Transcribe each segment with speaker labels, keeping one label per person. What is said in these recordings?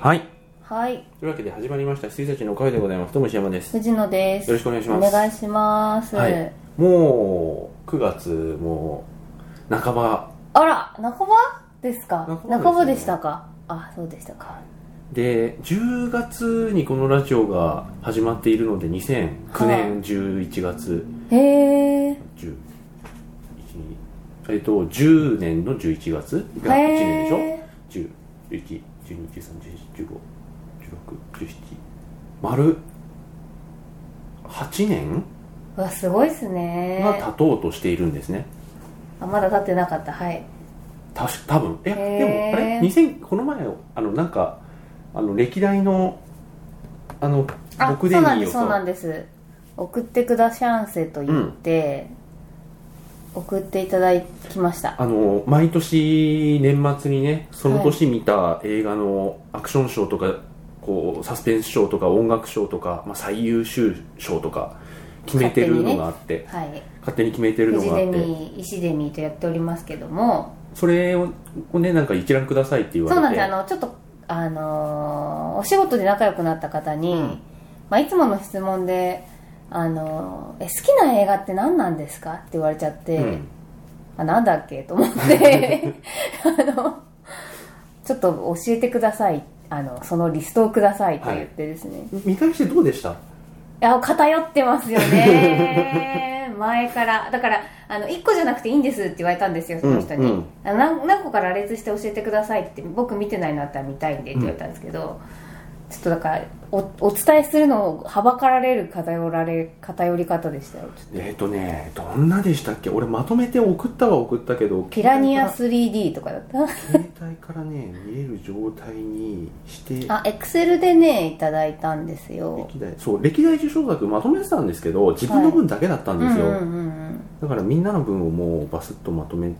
Speaker 1: はい。
Speaker 2: はい、
Speaker 1: というわけで始まりました、水たちの会でございます。ともしやまです。
Speaker 2: 藤野です。
Speaker 1: よろしくお願いします
Speaker 2: お願いします。
Speaker 1: はい。もう、9月も、半ば
Speaker 2: あら、半ばですか
Speaker 1: 半ばですね
Speaker 2: 半ばでしたかあ、そうでしたか。
Speaker 1: で、10月にこのラジオが始まっているので、2009
Speaker 2: は
Speaker 1: 年11月
Speaker 2: へえ。
Speaker 1: 10、えっと、10年の11月
Speaker 2: へ
Speaker 1: が1年でしょ、
Speaker 2: え。
Speaker 1: 10、11、12、13、14、15、16、17、丸8年
Speaker 2: うわ、すごいです
Speaker 1: が
Speaker 2: ね。
Speaker 1: 経とうとしているんですね。
Speaker 2: あ、まだ経ってなかった。はい。
Speaker 1: たし多分いや
Speaker 2: へー
Speaker 1: でもあれ2000この前あのなんかあの歴代のあの
Speaker 2: あ、そ
Speaker 1: 僕
Speaker 2: う
Speaker 1: で
Speaker 2: なん
Speaker 1: に
Speaker 2: です、そうなんです。送ってくだしゃんせと言って、送っていただきました。
Speaker 1: あの毎年年末にねその年見た映画のアクション賞とか、こうサスペンス賞とか音楽賞とか、まあ、最優秀賞とか決めてるのがあって
Speaker 2: はい。
Speaker 1: 勝手に決めてる
Speaker 2: フ
Speaker 1: の
Speaker 2: ジ
Speaker 1: があ
Speaker 2: デ
Speaker 1: って
Speaker 2: ミー、石デミーとやっておりますけども、
Speaker 1: それををねなんか一覧くださいって言われ
Speaker 2: そう
Speaker 1: て
Speaker 2: なんですあのちょっとあのーお仕事で仲良くなった方に、まあ、いつもの質問で、あのーえ「好きな映画って何なんですか?」って言われちゃって、
Speaker 1: うん
Speaker 2: あなんだっけと思って あのちょっと教えてくださいあのそのリストをくださいと言ってですね、
Speaker 1: 見返してどうでした
Speaker 2: いや偏ってますよ ね前からだからあの1個じゃなくていいんですって言われたんですよその人に、
Speaker 1: うんうん
Speaker 2: あの何何個から羅列して教えてくださいって僕見てないのあったら見たいんでって言われたんですけど、ちょっとだからおお伝えするのをはばかられる偏られ偏り方でしたよちょっ
Speaker 1: えっ、とねどんなでしたっけ俺まとめて送ったは送ったけど
Speaker 2: とピラニア 3D とかだった
Speaker 1: 携帯からね見れる状態にして
Speaker 2: あエクセルでねいただいたんですよ
Speaker 1: 歴代そう歴代受賞作まとめてたんですけど自分の分だけだったんですよ、
Speaker 2: うんうんうん
Speaker 1: だからみんなの分をもうバスッとまとめ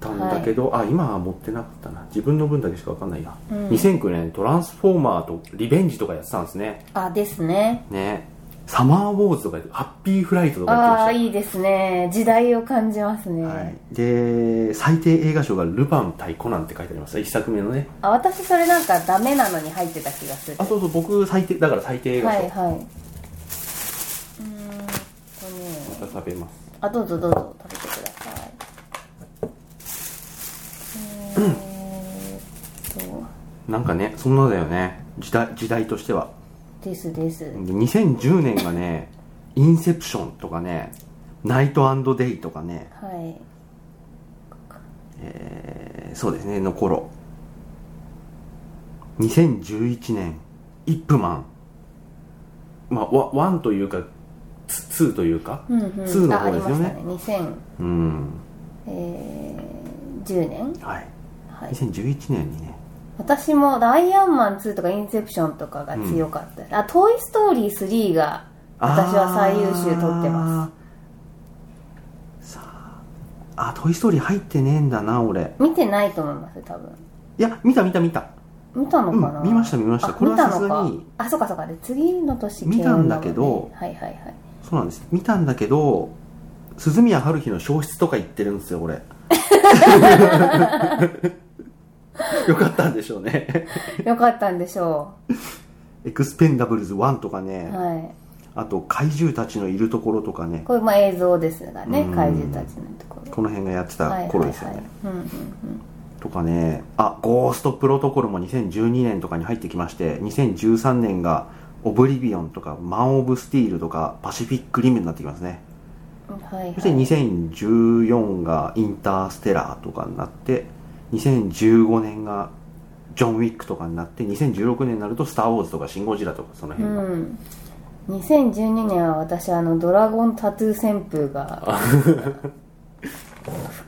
Speaker 1: たんだけど、あ今は持ってなかったな自分の分だけしか分かんないや、
Speaker 2: うん
Speaker 1: 2009年「トランスフォーマー」と「リベンジ」とかやってたんですね
Speaker 2: あですね
Speaker 1: ねサマーウォーズとかやってハッピーフライトとかやってました
Speaker 2: ああ
Speaker 1: よ
Speaker 2: いいですね時代を感じますね、
Speaker 1: はい、で最低映画賞が「ルパン対コナン」って書いてありました1作目のね
Speaker 2: あ私それなんかダメなのに入ってた気がする
Speaker 1: あそうそう僕最低だから最低映画
Speaker 2: は
Speaker 1: 賞、
Speaker 2: いはいうーんとね
Speaker 1: また食べます
Speaker 2: あどうぞどうぞ食べてくださいえーっ
Speaker 1: なんかねそんなだよね時代時代としては
Speaker 2: とですです
Speaker 1: で2010年がね「インセプション」とかね「ナイトデイ」とかね、
Speaker 2: はい
Speaker 1: えーそうですねの頃2011年「イップマン」まあワワンというかツツーというか、
Speaker 2: うんうん
Speaker 1: ツーの
Speaker 2: ああ
Speaker 1: 方で
Speaker 2: りますし
Speaker 1: よ
Speaker 2: た
Speaker 1: ね
Speaker 2: ね2010、
Speaker 1: うん
Speaker 2: えー10年
Speaker 1: はい
Speaker 2: はい
Speaker 1: 2011年にね
Speaker 2: 私も「アイアンマン2」とか「インセプション」とかが強かった、あ「トイ・ストーリー3」が私は最優秀取ってます
Speaker 1: すさああ「トイ・ストーリー」入ってねえんだな俺
Speaker 2: 見てないと思います多分
Speaker 1: いや見た見た見た
Speaker 2: 見たのかな、
Speaker 1: うん見ました見ました
Speaker 2: あ
Speaker 1: これは
Speaker 2: 見たの
Speaker 1: さすがに
Speaker 2: かあそうかそうかで次の年
Speaker 1: 見たんだけど
Speaker 2: 慶応なのねはいはいはい
Speaker 1: そうなんです見たんだけど鈴宮春日の消失とか言ってるんですよ 俺よかったんでしょうね
Speaker 2: よかったんでしょ
Speaker 1: エクスペンダブルズ1とか
Speaker 2: う、
Speaker 1: ね、
Speaker 2: は
Speaker 1: あと怪獣たちのいるところとかね
Speaker 2: い、これまあ映像ですがね
Speaker 1: うん
Speaker 2: 怪獣たちのところ
Speaker 1: この辺がやってた
Speaker 2: はいはい
Speaker 1: 頃ですよね、
Speaker 2: はいうんうん
Speaker 1: とかねあゴーストプロトコルも2012年とかに入ってきまして2013年がオブリビオンとかマン・オブ・スティールとかパシフィック・リムになってきますね
Speaker 2: うんはいはい
Speaker 1: そして2014がインターステラーとかになって2015年がジョン・ウィックとかになって2016年になると「スター・ウォーズ」とか「シン・ゴジラ」とかその
Speaker 2: う
Speaker 1: 辺が、
Speaker 2: ん2012年は私あのドラゴンタトゥー旋 風が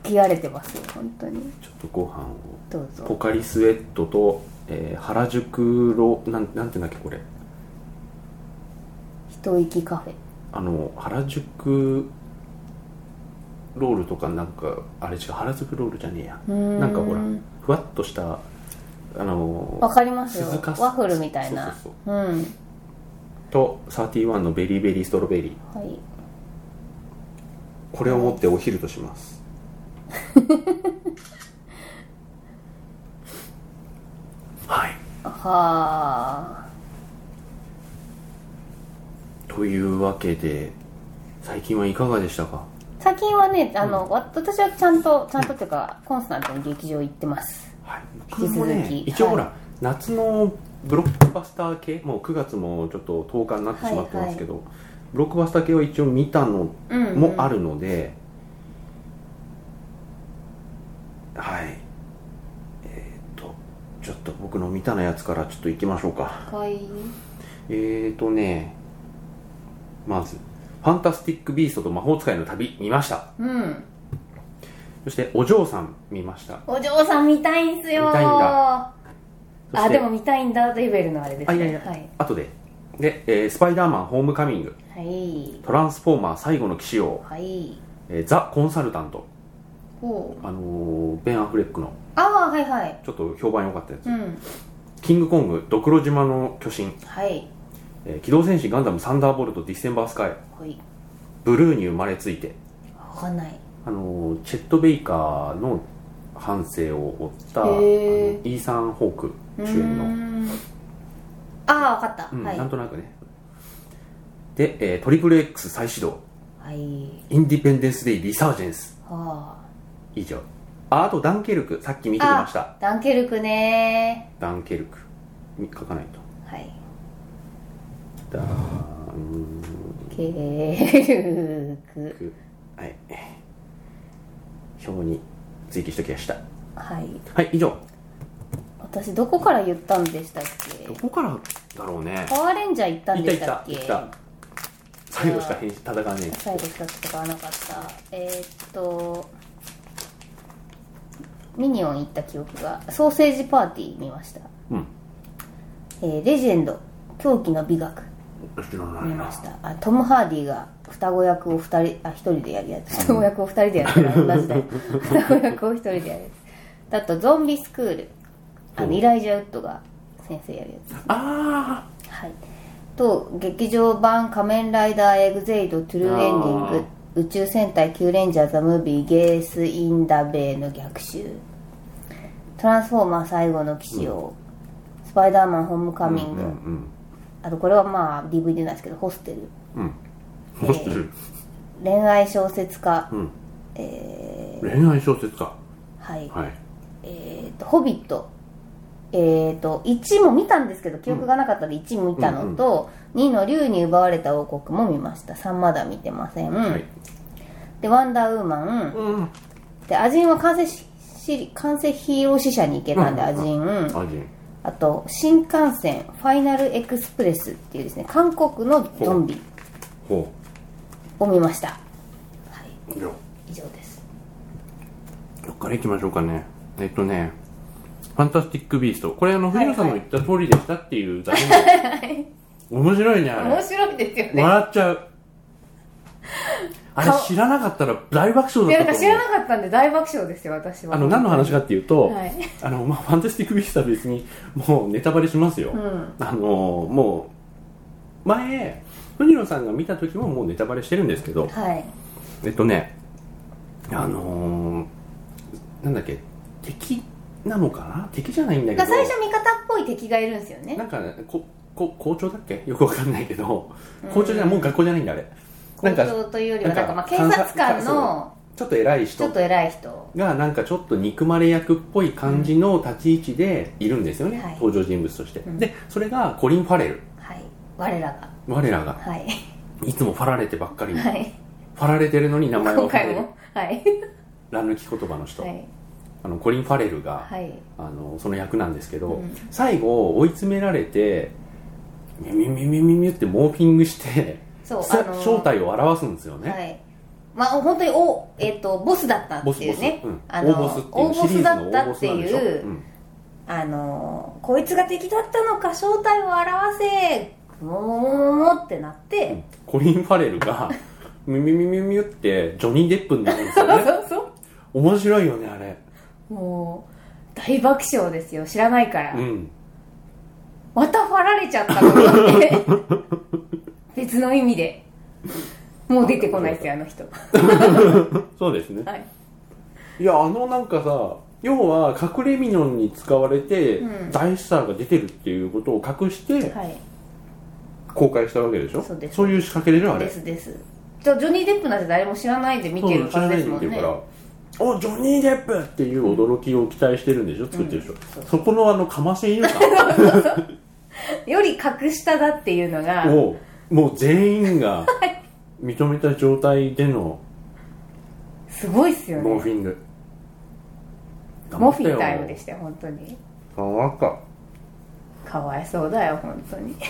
Speaker 2: 吹き荒れてますよ本当に
Speaker 1: ちょっとご飯を
Speaker 2: どう
Speaker 1: ポ
Speaker 2: ぞ
Speaker 1: カリスエットと、えー原宿ロなんなんていうんだっけこれ
Speaker 2: 一息カフェ
Speaker 1: あの原宿ロールとかなんかあれ違う原宿ロールじゃねえや
Speaker 2: うーん
Speaker 1: なんかほらふわっとしたあの
Speaker 2: わかりますよ
Speaker 1: 鈴鹿
Speaker 2: ワッフルみたいな
Speaker 1: そうそう
Speaker 2: うん
Speaker 1: と31のベリーベリーストロベリー
Speaker 2: はい
Speaker 1: これを持ってお昼とし ますはい
Speaker 2: はい。はあ
Speaker 1: というわけで最近はいかがでしたか
Speaker 2: 最近はねあの、わ私はちゃんとちゃんとっていうか、コンスタントに劇場行ってます
Speaker 1: はい、
Speaker 2: 引き続き
Speaker 1: 僕もね一応
Speaker 2: はい
Speaker 1: ほら、夏のブロックバスター系もう9月もちょっと10日になってしまってますけど、ブロックバスター系は一応見たの
Speaker 2: うん、
Speaker 1: もあ
Speaker 2: る
Speaker 1: るので、はいえっ、とちょっと僕の見たのやつからちょっと行きましょうか
Speaker 2: はい
Speaker 1: えーとねまず「ファンタスティック・ビーストと魔法使いの旅」見ました
Speaker 2: うん
Speaker 1: そして「お嬢さん」見ました
Speaker 2: お嬢さん見たいんすよ
Speaker 1: 見たいんだそして
Speaker 2: あでも見たいんだレベルのあれで
Speaker 1: あ
Speaker 2: すね
Speaker 1: いやいや
Speaker 2: はい、
Speaker 1: あとでで、えースパイダーマンホームカミング」
Speaker 2: はい
Speaker 1: 「トランスフォーマー最後の騎士王
Speaker 2: はい」
Speaker 1: えーザ・コンサルタント」
Speaker 2: ほう
Speaker 1: あのーベン・アフレックの
Speaker 2: ああはいはい
Speaker 1: ちょっと評判良かったやつ
Speaker 2: うん
Speaker 1: 「キングコング」「ドクロ島の巨神」
Speaker 2: はい
Speaker 1: えー機動戦士ガンダムサンダーボルトディセンバースカイ」
Speaker 2: はい
Speaker 1: 「ブルーに生まれついて
Speaker 2: わかんない」
Speaker 1: あのーチェット・ベイカーの半生を追った
Speaker 2: へ
Speaker 1: あのイ
Speaker 2: ー
Speaker 1: ーサン・ホーク
Speaker 2: う
Speaker 1: 主演の
Speaker 2: ーんああわかった、
Speaker 1: うん
Speaker 2: はい
Speaker 1: なんとなくねで、えートリプル X 再始動
Speaker 2: はい
Speaker 1: インディペンデンス・デイ・リサージェンス
Speaker 2: は
Speaker 1: 以上ああとダンケルクさっき見てきました
Speaker 2: あダンケルクね
Speaker 1: ダンケルクに書かないと
Speaker 2: はい
Speaker 1: ダン
Speaker 2: ケルク
Speaker 1: クはい表に追記しときました
Speaker 2: はい
Speaker 1: はい以上
Speaker 2: 私どこから言ったんでしたっ
Speaker 1: ど
Speaker 2: け
Speaker 1: こからだろうね
Speaker 2: パワーレンジャー行ったん
Speaker 1: いた
Speaker 2: でし
Speaker 1: い
Speaker 2: たったけ
Speaker 1: いた最後しか変身戦わねえ
Speaker 2: 最後一つとかはなかったえーっとミニオン行った記憶がソーセージパーティー見ました、
Speaker 1: うん
Speaker 2: えーレジェンド狂気の美学
Speaker 1: 知らない
Speaker 2: 見
Speaker 1: な
Speaker 2: ましたあトム・ハーディが双子役を二人あ一人でやるやつ双子役を二人でやるから同じだ よ双子役を一人でやるやつあとゾンビスクールあ
Speaker 1: うん
Speaker 2: のイライジャ・ウッドが先生やるや
Speaker 1: あ
Speaker 2: つはいと劇場版「仮面ライダーエグゼイドトゥルーエンディン
Speaker 1: あ
Speaker 2: グ」「宇宙戦隊キューレンジャーザ・ムービーゲース・イン・ダ・ベイの逆襲」「トランスフォーマー最後の騎士王」スパイダーマンホームカ
Speaker 1: あ
Speaker 2: ミング」
Speaker 1: うん
Speaker 2: あとこれはまあ DVD なんですけど「ホステル」
Speaker 1: うんうん持ってる
Speaker 2: 恋愛小説家、
Speaker 1: うん
Speaker 2: え
Speaker 1: 恋愛小説か
Speaker 2: ーはい、
Speaker 1: はい
Speaker 2: えーと「ホビット」えー、と1も見たんですけど記憶がなかったので1見たのと、2の「竜に奪われた王国」も見ました3まだ見てません、
Speaker 1: はい
Speaker 2: で「ワンダーウーマン」
Speaker 1: うん
Speaker 2: で「アジン」は完成し完成ヒーロー試写に行けたんで「
Speaker 1: うん
Speaker 2: アジン」
Speaker 1: アジン
Speaker 2: あと「新幹線ファイナルエクスプレス」っていうですね韓国のゾンビ
Speaker 1: ほ
Speaker 2: を見ました、はい、
Speaker 1: うよ
Speaker 2: 以上です
Speaker 1: どっから行きましょうかねえっとね「ファンタスティック・ビースト」これあの
Speaker 2: は
Speaker 1: 藤
Speaker 2: いはい
Speaker 1: 野さんの言った通りでしたっていうだけの面白いねあれ
Speaker 2: 白いですよ
Speaker 1: 笑っちゃうあれ
Speaker 2: 顔
Speaker 1: 知らなかったら大爆笑
Speaker 2: いや
Speaker 1: だ
Speaker 2: な
Speaker 1: ったと
Speaker 2: んか知
Speaker 1: 思
Speaker 2: ら
Speaker 1: う
Speaker 2: なかったんで大爆笑ですよ私は
Speaker 1: あの何の話かっていうと、
Speaker 2: はい
Speaker 1: あのまあ、ファンタスティック・ビーストは別にもうネタバレしますよ、
Speaker 2: うん
Speaker 1: あのもう前藤野さんが見た時ももうネタバレしてるんですけど
Speaker 2: はい
Speaker 1: えっとねあのーなんだっけ敵なのかな敵じゃないんだけ
Speaker 2: な
Speaker 1: ど
Speaker 2: んか最初味方っぽい敵がいるんですよね
Speaker 1: なんかここ校長だっけよくわかんないけど校長じゃないもう学校じゃないんだあれ
Speaker 2: 校
Speaker 1: なんか
Speaker 2: 長というより
Speaker 1: な
Speaker 2: はなん
Speaker 1: か
Speaker 2: んかまあ警察官の
Speaker 1: ちょっと偉い
Speaker 2: ちょ
Speaker 1: 人
Speaker 2: っと偉い人は
Speaker 1: がなんかちょっと憎まれ役っぽい感じの立ち位置でいるんですよね、
Speaker 2: はい
Speaker 1: 登場人物として、
Speaker 2: うん
Speaker 1: でそれがコリン・ファレル
Speaker 2: い我らが
Speaker 1: 我らが
Speaker 2: はい
Speaker 1: いつもファラれてばっかりの、
Speaker 2: はい
Speaker 1: ファラれてるのに名前を
Speaker 2: 今
Speaker 1: ファレ
Speaker 2: 回
Speaker 1: ル
Speaker 2: もはい
Speaker 1: ラ抜き言葉の人、
Speaker 2: はい
Speaker 1: あのコリン・ファレルが、
Speaker 2: はい
Speaker 1: あのその役なんですけど、
Speaker 2: うん
Speaker 1: 最後追い詰められてミュミュミュミュミュミュってモーフィングして、
Speaker 2: そう
Speaker 1: さ
Speaker 2: あの
Speaker 1: 正体を表すんですよね、
Speaker 2: はいまあ本当におえっとボスだった
Speaker 1: ボ
Speaker 2: っ
Speaker 1: ス
Speaker 2: て
Speaker 1: ボ
Speaker 2: い
Speaker 1: ス、
Speaker 2: うね
Speaker 1: うん、
Speaker 2: あ
Speaker 1: 大ボ
Speaker 2: の
Speaker 1: スってい
Speaker 2: 大
Speaker 1: う
Speaker 2: ボ
Speaker 1: シリ
Speaker 2: ス
Speaker 1: ーズ
Speaker 2: だ
Speaker 1: の
Speaker 2: った
Speaker 1: 大ボ
Speaker 2: っ
Speaker 1: ス
Speaker 2: て
Speaker 1: なんでしょ、
Speaker 2: いう
Speaker 1: うん
Speaker 2: あのーこいつが敵だったのか正体を表せもももももってなって、
Speaker 1: コリン・ファレルがミュミュミュミュミュってジョニー・デップになるんですよね
Speaker 2: そうそ
Speaker 1: 面白いよねあれ
Speaker 2: うもう大爆笑ですよ知らないから、
Speaker 1: うん
Speaker 2: またファられちゃったのって 別の意味でもう出てこないですよあの人は
Speaker 1: そうですね
Speaker 2: い
Speaker 1: いやあのなんかさ要は隠れミノンに使われて
Speaker 2: うん
Speaker 1: 大スターが出てるっていうことを隠して
Speaker 2: はい
Speaker 1: 公開したわけでしょ、
Speaker 2: そうです
Speaker 1: いう仕掛けでしょあれ
Speaker 2: ですですじゃあジョニー・デップなんて誰も知らないで見てるはずですもん
Speaker 1: うん知らな
Speaker 2: ね
Speaker 1: いで見てるからおジョニー・デップっていう驚きを期待してるんでしょ作ってる人、
Speaker 2: うんそう
Speaker 1: そこのあのかませ犬さ
Speaker 2: より格下だっていうのが
Speaker 1: んをもう全員が認めた状態での
Speaker 2: すごいっすよ
Speaker 1: モー
Speaker 2: ね
Speaker 1: フィング
Speaker 2: モフィータイムで
Speaker 1: し
Speaker 2: したよ本当に
Speaker 1: たよ頑張っ
Speaker 2: かわいそうだよ本当に
Speaker 1: た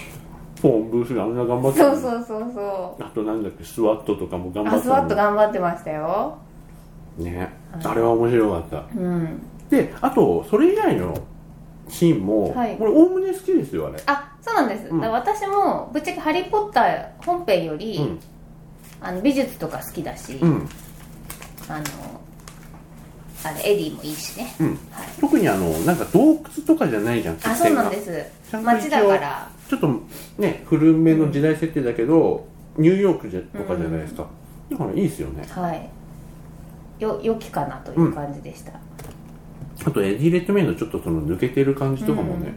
Speaker 1: フォンブースがあんな頑張ってた
Speaker 2: そ
Speaker 1: の
Speaker 2: う
Speaker 1: に
Speaker 2: そうそうそう
Speaker 1: あとなんだっけスワットとかも頑張
Speaker 2: あ
Speaker 1: っ
Speaker 2: スワ
Speaker 1: た
Speaker 2: ッ
Speaker 1: の
Speaker 2: ト頑張ってましたよ
Speaker 1: にねあれは面白かった
Speaker 2: うん
Speaker 1: であとそれ以外のシーンも、
Speaker 2: はい
Speaker 1: 俺おおむね好きですよあれ
Speaker 2: あそうなんです、
Speaker 1: うん
Speaker 2: だから私もぶっちゃけ「ハリー・ポッター」本編より、
Speaker 1: うん
Speaker 2: あの美術とか好きだし、
Speaker 1: うん
Speaker 2: あのあれエディもいいしね、
Speaker 1: うん
Speaker 2: はい、
Speaker 1: 特にあのなんか洞窟とかじゃないじゃん
Speaker 2: あ
Speaker 1: 設
Speaker 2: そう
Speaker 1: 定
Speaker 2: な
Speaker 1: が
Speaker 2: んです
Speaker 1: ちゃんと一応
Speaker 2: 街だから
Speaker 1: ちょっとね古めの時代設定だけど、ニューヨークじゃとかじゃないですか、だからいいですよね
Speaker 2: はいよ良きかなという感じでした、
Speaker 1: あとエディ・レッドメインのちょっとその抜けてる感じとかもね、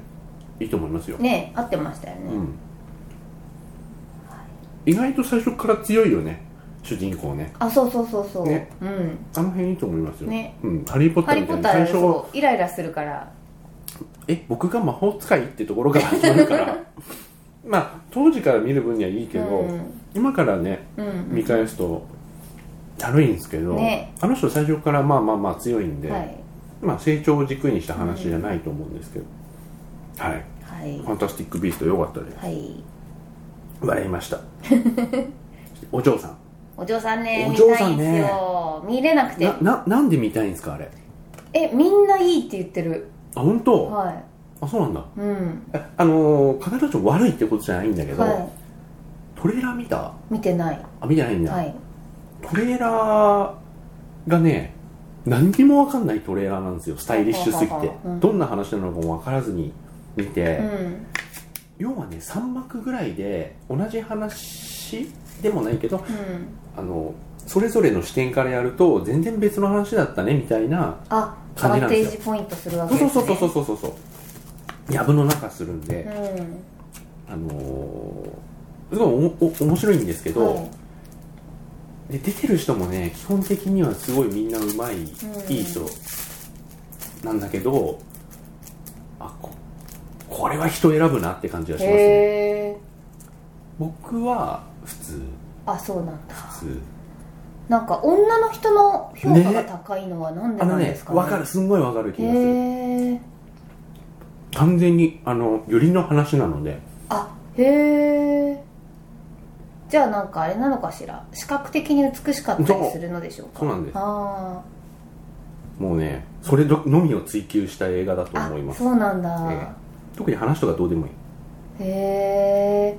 Speaker 1: いいと思いますよ、
Speaker 2: ね合ってましたよね、
Speaker 1: うん意外と最初から強いよね主人公ね
Speaker 2: あそうそうそうそう、
Speaker 1: ね
Speaker 2: うん
Speaker 1: あの辺いいと思いますよ、
Speaker 2: ね
Speaker 1: うん、ハリー・ポッタ
Speaker 2: ハ
Speaker 1: ー
Speaker 2: リ
Speaker 1: み
Speaker 2: ー・
Speaker 1: た
Speaker 2: ポ
Speaker 1: い
Speaker 2: ッ
Speaker 1: な
Speaker 2: タ
Speaker 1: 最
Speaker 2: ーは
Speaker 1: 初は
Speaker 2: そうイライラするから
Speaker 1: え僕が魔法使いってところから始まるから まあ当時から見る分にはいいけど、
Speaker 2: うん
Speaker 1: 今からね
Speaker 2: うん
Speaker 1: 見返すとだるいんですけど、
Speaker 2: ね
Speaker 1: あの人最初からまあまあまあ強いんで、
Speaker 2: はい
Speaker 1: まあ、成長を軸にした話じゃないと思うんですけど、はい
Speaker 2: は
Speaker 1: 「
Speaker 2: い
Speaker 1: ファンタスティック・ビースト」良かったです
Speaker 2: はい
Speaker 1: 笑いました お嬢さん
Speaker 2: お嬢さんね
Speaker 1: お
Speaker 2: 見
Speaker 1: 嬢
Speaker 2: た
Speaker 1: さ
Speaker 2: い
Speaker 1: ん
Speaker 2: ん
Speaker 1: ね
Speaker 2: ですよ、見れなくて
Speaker 1: なななんで見たいんですかあれ
Speaker 2: えみんないいって言ってる
Speaker 1: あ本当、
Speaker 2: は
Speaker 1: あそうなんだ
Speaker 2: いうん
Speaker 1: えあのー、必ずしも悪いってことじゃないんだけど、
Speaker 2: は
Speaker 1: トレーラー見た
Speaker 2: い見てない
Speaker 1: あ見てないんだ、
Speaker 2: はい
Speaker 1: トレーラーがね何にも分かんないトレーラーなんですよスタイリッシュすぎて、
Speaker 2: うん
Speaker 1: どんな話なのかも分からずに見て、
Speaker 2: うん
Speaker 1: 要はね3幕ぐらいで同じ話でもないけど
Speaker 2: うん
Speaker 1: あのそれぞれの視点からやると全然別の話だったねみたいな
Speaker 2: あ
Speaker 1: 感
Speaker 2: ア
Speaker 1: じな
Speaker 2: ド
Speaker 1: ん
Speaker 2: バン
Speaker 1: で
Speaker 2: テ
Speaker 1: す
Speaker 2: ー
Speaker 1: よ
Speaker 2: ジポイントするわけ
Speaker 1: そう
Speaker 2: です、
Speaker 1: そう
Speaker 2: ね、
Speaker 1: そうそうそうそうそうやぶの中するんで、
Speaker 2: うん
Speaker 1: あのーすごいおもお面白いんですけど、
Speaker 2: はい
Speaker 1: で出てる人もね基本的にはすごいみんなうまい、
Speaker 2: ん
Speaker 1: いい人なんだけどあここれは人選ぶなって感じがしますね
Speaker 2: へえ
Speaker 1: 僕は普通
Speaker 2: あそうなんだ
Speaker 1: 普通
Speaker 2: なんか女の人の評価が高いのはなんで
Speaker 1: あ
Speaker 2: な
Speaker 1: の
Speaker 2: んで
Speaker 1: ね
Speaker 2: すかね
Speaker 1: わかるすんごいわかる気がする、
Speaker 2: へえ
Speaker 1: 完全にあのよりの話なので
Speaker 2: あへえじゃあなんかあれなのかしら視覚的に美しかったりするのでしょうか
Speaker 1: そうなんです
Speaker 2: あ
Speaker 1: もうねそれどのみを追求した映画だと
Speaker 2: ーあ
Speaker 1: 思います
Speaker 2: そうなんだ、
Speaker 1: ええ特に話とかどうでもいい
Speaker 2: へえ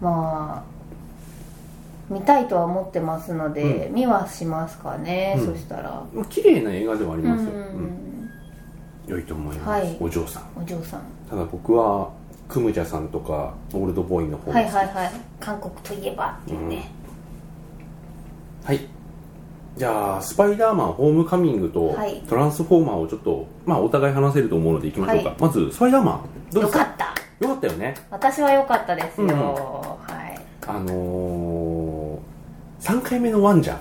Speaker 2: まあ見たいとは思ってますので、見はしますかね、
Speaker 1: うん
Speaker 2: そしたら
Speaker 1: もう綺麗な映画ではあり
Speaker 2: う
Speaker 1: ま
Speaker 2: ん
Speaker 1: す
Speaker 2: う
Speaker 1: よ、うん
Speaker 2: ん
Speaker 1: 良いと思います、
Speaker 2: はい
Speaker 1: お嬢さん
Speaker 2: うんお嬢さん
Speaker 1: ただ僕はクムジャさんとかオールドボーイの方
Speaker 2: はい
Speaker 1: です
Speaker 2: はいはい韓国といえばっていうね、
Speaker 1: はいじゃあスパイダーマンホームカミングと
Speaker 2: はい
Speaker 1: トランスフォーマーをちょっと、まあ、お互い話せると思うのでいきましょうか、
Speaker 2: はい
Speaker 1: まずスパイダーマンどうで
Speaker 2: よ
Speaker 1: す
Speaker 2: か
Speaker 1: か
Speaker 2: った
Speaker 1: よかったよね
Speaker 2: 私は良かったですよ、
Speaker 1: うんうん
Speaker 2: はい
Speaker 1: あのー、3回目のワンじゃん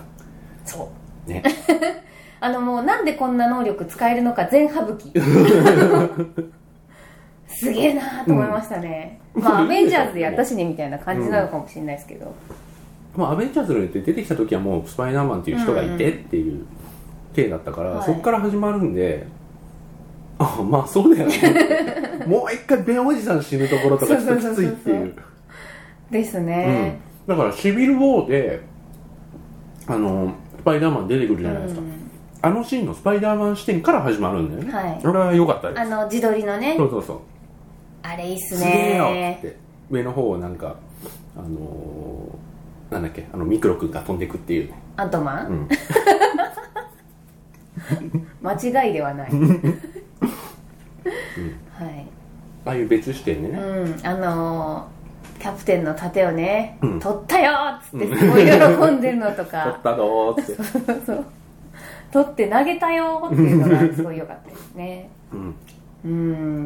Speaker 2: そう
Speaker 1: ね
Speaker 2: あのもうなんでこんな能力使えるのか全省 きすげえなーと思いましたね、
Speaker 1: うん
Speaker 2: まあア
Speaker 1: もうい
Speaker 2: ベ
Speaker 1: い
Speaker 2: ン
Speaker 1: で
Speaker 2: ジ
Speaker 1: しょ
Speaker 2: ャーズやったしねみたいな感じなのかもしれないですけど、
Speaker 1: まあ、アベンジャーズによって出てきた時はもうスパイダーマンっていう人がいてっていう体だったから、
Speaker 2: はい
Speaker 1: そこから始まるんであまあそうだよねもう一回ベンおじさん死ぬところとかちょっときついっていう
Speaker 2: ですね、
Speaker 1: うん、だからシビル・ウォーであのスパイダーマン出てくるじゃないですか、
Speaker 2: うん
Speaker 1: あのシーンのスパイダーマン視点から始まるんだよね、
Speaker 2: はい
Speaker 1: 俺は良かったで
Speaker 2: あ
Speaker 1: す
Speaker 2: の自撮りのね
Speaker 1: そうそうそう
Speaker 2: あれいいっす
Speaker 1: すげえよっ
Speaker 2: ね
Speaker 1: つって上の方をなんかあのーなんだっけあのミクロ君が飛んでくっていう、
Speaker 2: アントマ
Speaker 1: う
Speaker 2: ン、
Speaker 1: ん、
Speaker 2: 間違いではない、はい
Speaker 1: ああいう別視点でね、
Speaker 2: うん、あのーキャプテンの盾をね、
Speaker 1: うん
Speaker 2: 取ったよーっつってすごい喜んでるのと
Speaker 1: 取っ
Speaker 2: か、
Speaker 1: たぞーって
Speaker 2: そう取って投げたよっていうのがすごい良かったですね
Speaker 1: うん
Speaker 2: うん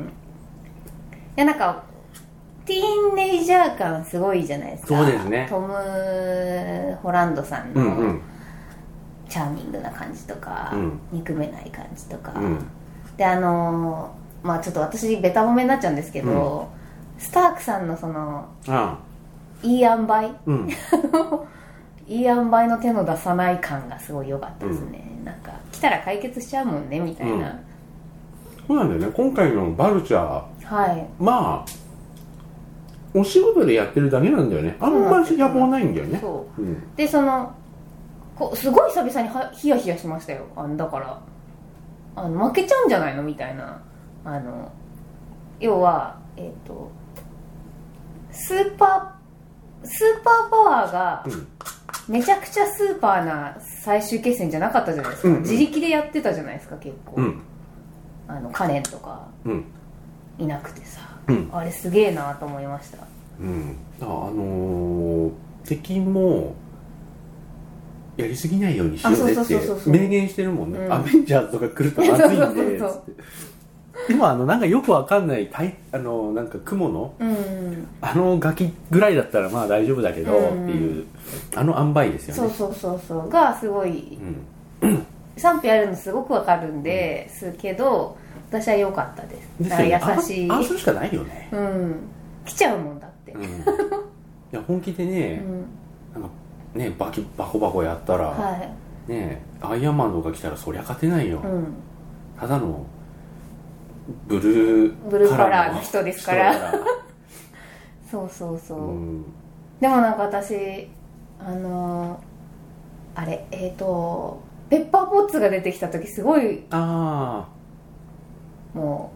Speaker 2: いやなんかティーンネイジャー感すごいじゃないですか
Speaker 1: そうですね
Speaker 2: トム・ホランドさん
Speaker 1: うんう
Speaker 2: の
Speaker 1: ん
Speaker 2: チャーミングな感じとか、
Speaker 1: うん
Speaker 2: 憎めない感じとか、
Speaker 1: うん
Speaker 2: であのーまあちょっと私ベタ褒めになっちゃうんですけど、スタークさんのその
Speaker 1: あ
Speaker 2: いい塩梅
Speaker 1: あうん
Speaker 2: いい塩梅の手の出さない感がすごい良かったですね、なんか来たら解決しちゃうもんねみたいな、
Speaker 1: そうなんだよね今回のバルチャー
Speaker 2: はい
Speaker 1: まあお仕事でやってるだけなんだよねあんまり野望ないんだよね
Speaker 2: そう
Speaker 1: うん
Speaker 2: でそのこうすごい久々にはヒヤヒヤしましたよあのだからあの負けちゃうんじゃないのみたいなあの要はえっ、とスーパースーパーパワーが
Speaker 1: うん
Speaker 2: めちゃくちゃスーパーな最終決戦じゃなかったじゃないですか、
Speaker 1: うんうん
Speaker 2: 自力でやってたじゃないですか結構、
Speaker 1: うん
Speaker 2: あのカレンとか
Speaker 1: うん
Speaker 2: いなくてさ、
Speaker 1: うん
Speaker 2: あれすげえなと思いました
Speaker 1: うんああのー敵もやりすぎないようにしようね
Speaker 2: あそう
Speaker 1: っ
Speaker 2: そう
Speaker 1: て
Speaker 2: そうそう
Speaker 1: 明言してるもんね、
Speaker 2: うん
Speaker 1: アベンジャーズとか来るとまずいんで
Speaker 2: そう
Speaker 1: つ
Speaker 2: そうそ
Speaker 1: って今あのなんかよくわかんないタイあのなんか雲の
Speaker 2: うん
Speaker 1: あのガキぐらいだったらまあ大丈夫だけどって
Speaker 2: うん
Speaker 1: いう、あの塩梅ですよ
Speaker 2: そ
Speaker 1: ね
Speaker 2: うそうそうそうがすごい
Speaker 1: うん
Speaker 2: 賛否あるのすごくわかるんです、けど私は良かったです
Speaker 1: ですよね
Speaker 2: だから優しい
Speaker 1: あああするしかないよね、
Speaker 2: うん来ちゃうもんだって
Speaker 1: うん、いや本気で
Speaker 2: う
Speaker 1: ね、
Speaker 2: ん、
Speaker 1: なんかねバキバコバコやったら、
Speaker 2: は
Speaker 1: ねアイアンマンとか来たらそりゃ勝てないよ、
Speaker 2: い、うん、
Speaker 1: ただのブルー
Speaker 2: ブルーカラーの人ですから
Speaker 1: 人だから
Speaker 2: そうそうそうう、
Speaker 1: ん
Speaker 2: でもなんか私あのーあれえっ、とペッパーポッツが出てきた時すごい
Speaker 1: あ
Speaker 2: も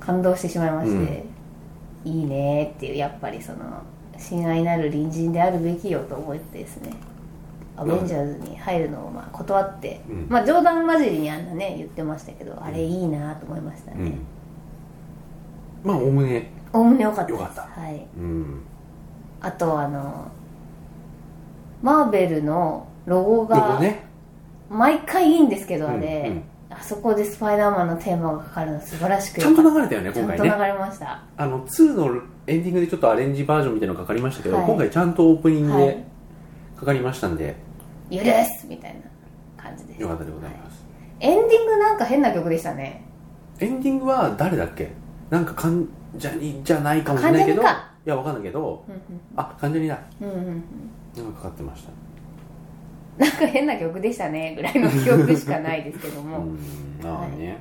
Speaker 2: う感動してしまいまして、いいねーっていうやっぱりその親愛なる隣人であるべきよと思ってですねアベンジャーズに入るのをまあ断って、
Speaker 1: うん
Speaker 2: まあ冗談交じりにあんなね言ってましたけどあれいいなと思いました
Speaker 1: あうん
Speaker 2: ね
Speaker 1: まあおおむね
Speaker 2: おおむね良かったです
Speaker 1: 良かった
Speaker 2: はい、
Speaker 1: うん
Speaker 2: あとあのマーベルのロゴ
Speaker 1: でも
Speaker 2: が
Speaker 1: ね
Speaker 2: 毎回いいんですけど
Speaker 1: う
Speaker 2: あ
Speaker 1: ん
Speaker 2: れ、
Speaker 1: うん
Speaker 2: あそこでスパイダーマンのテーマがかかるの素晴らしく
Speaker 1: ちゃんと
Speaker 2: 良かっ
Speaker 1: 流れたよね
Speaker 2: たちゃ
Speaker 1: 今回
Speaker 2: んと流
Speaker 1: ね
Speaker 2: れました、
Speaker 1: あの2のエンディングでちょっとアレンジバージョンみたいなのかかりましたけど、
Speaker 2: はい
Speaker 1: 今回ちゃんとオープニング
Speaker 2: は
Speaker 1: で
Speaker 2: い
Speaker 1: かかりましたんで、
Speaker 2: 許すみたいな感じです
Speaker 1: よかったでございます、
Speaker 2: エンディングなんか変な曲でしたね
Speaker 1: エンディングは誰だっけなんか患者にじゃないかもしれないけどい
Speaker 2: 関ジャニか
Speaker 1: やわかんないけど
Speaker 2: うん
Speaker 1: あ患者にだ
Speaker 2: うんうんうん
Speaker 1: なんかかかってました
Speaker 2: なんか変な曲でしたねぐらいの記憶しかないですけど
Speaker 1: う
Speaker 2: も
Speaker 1: んああね、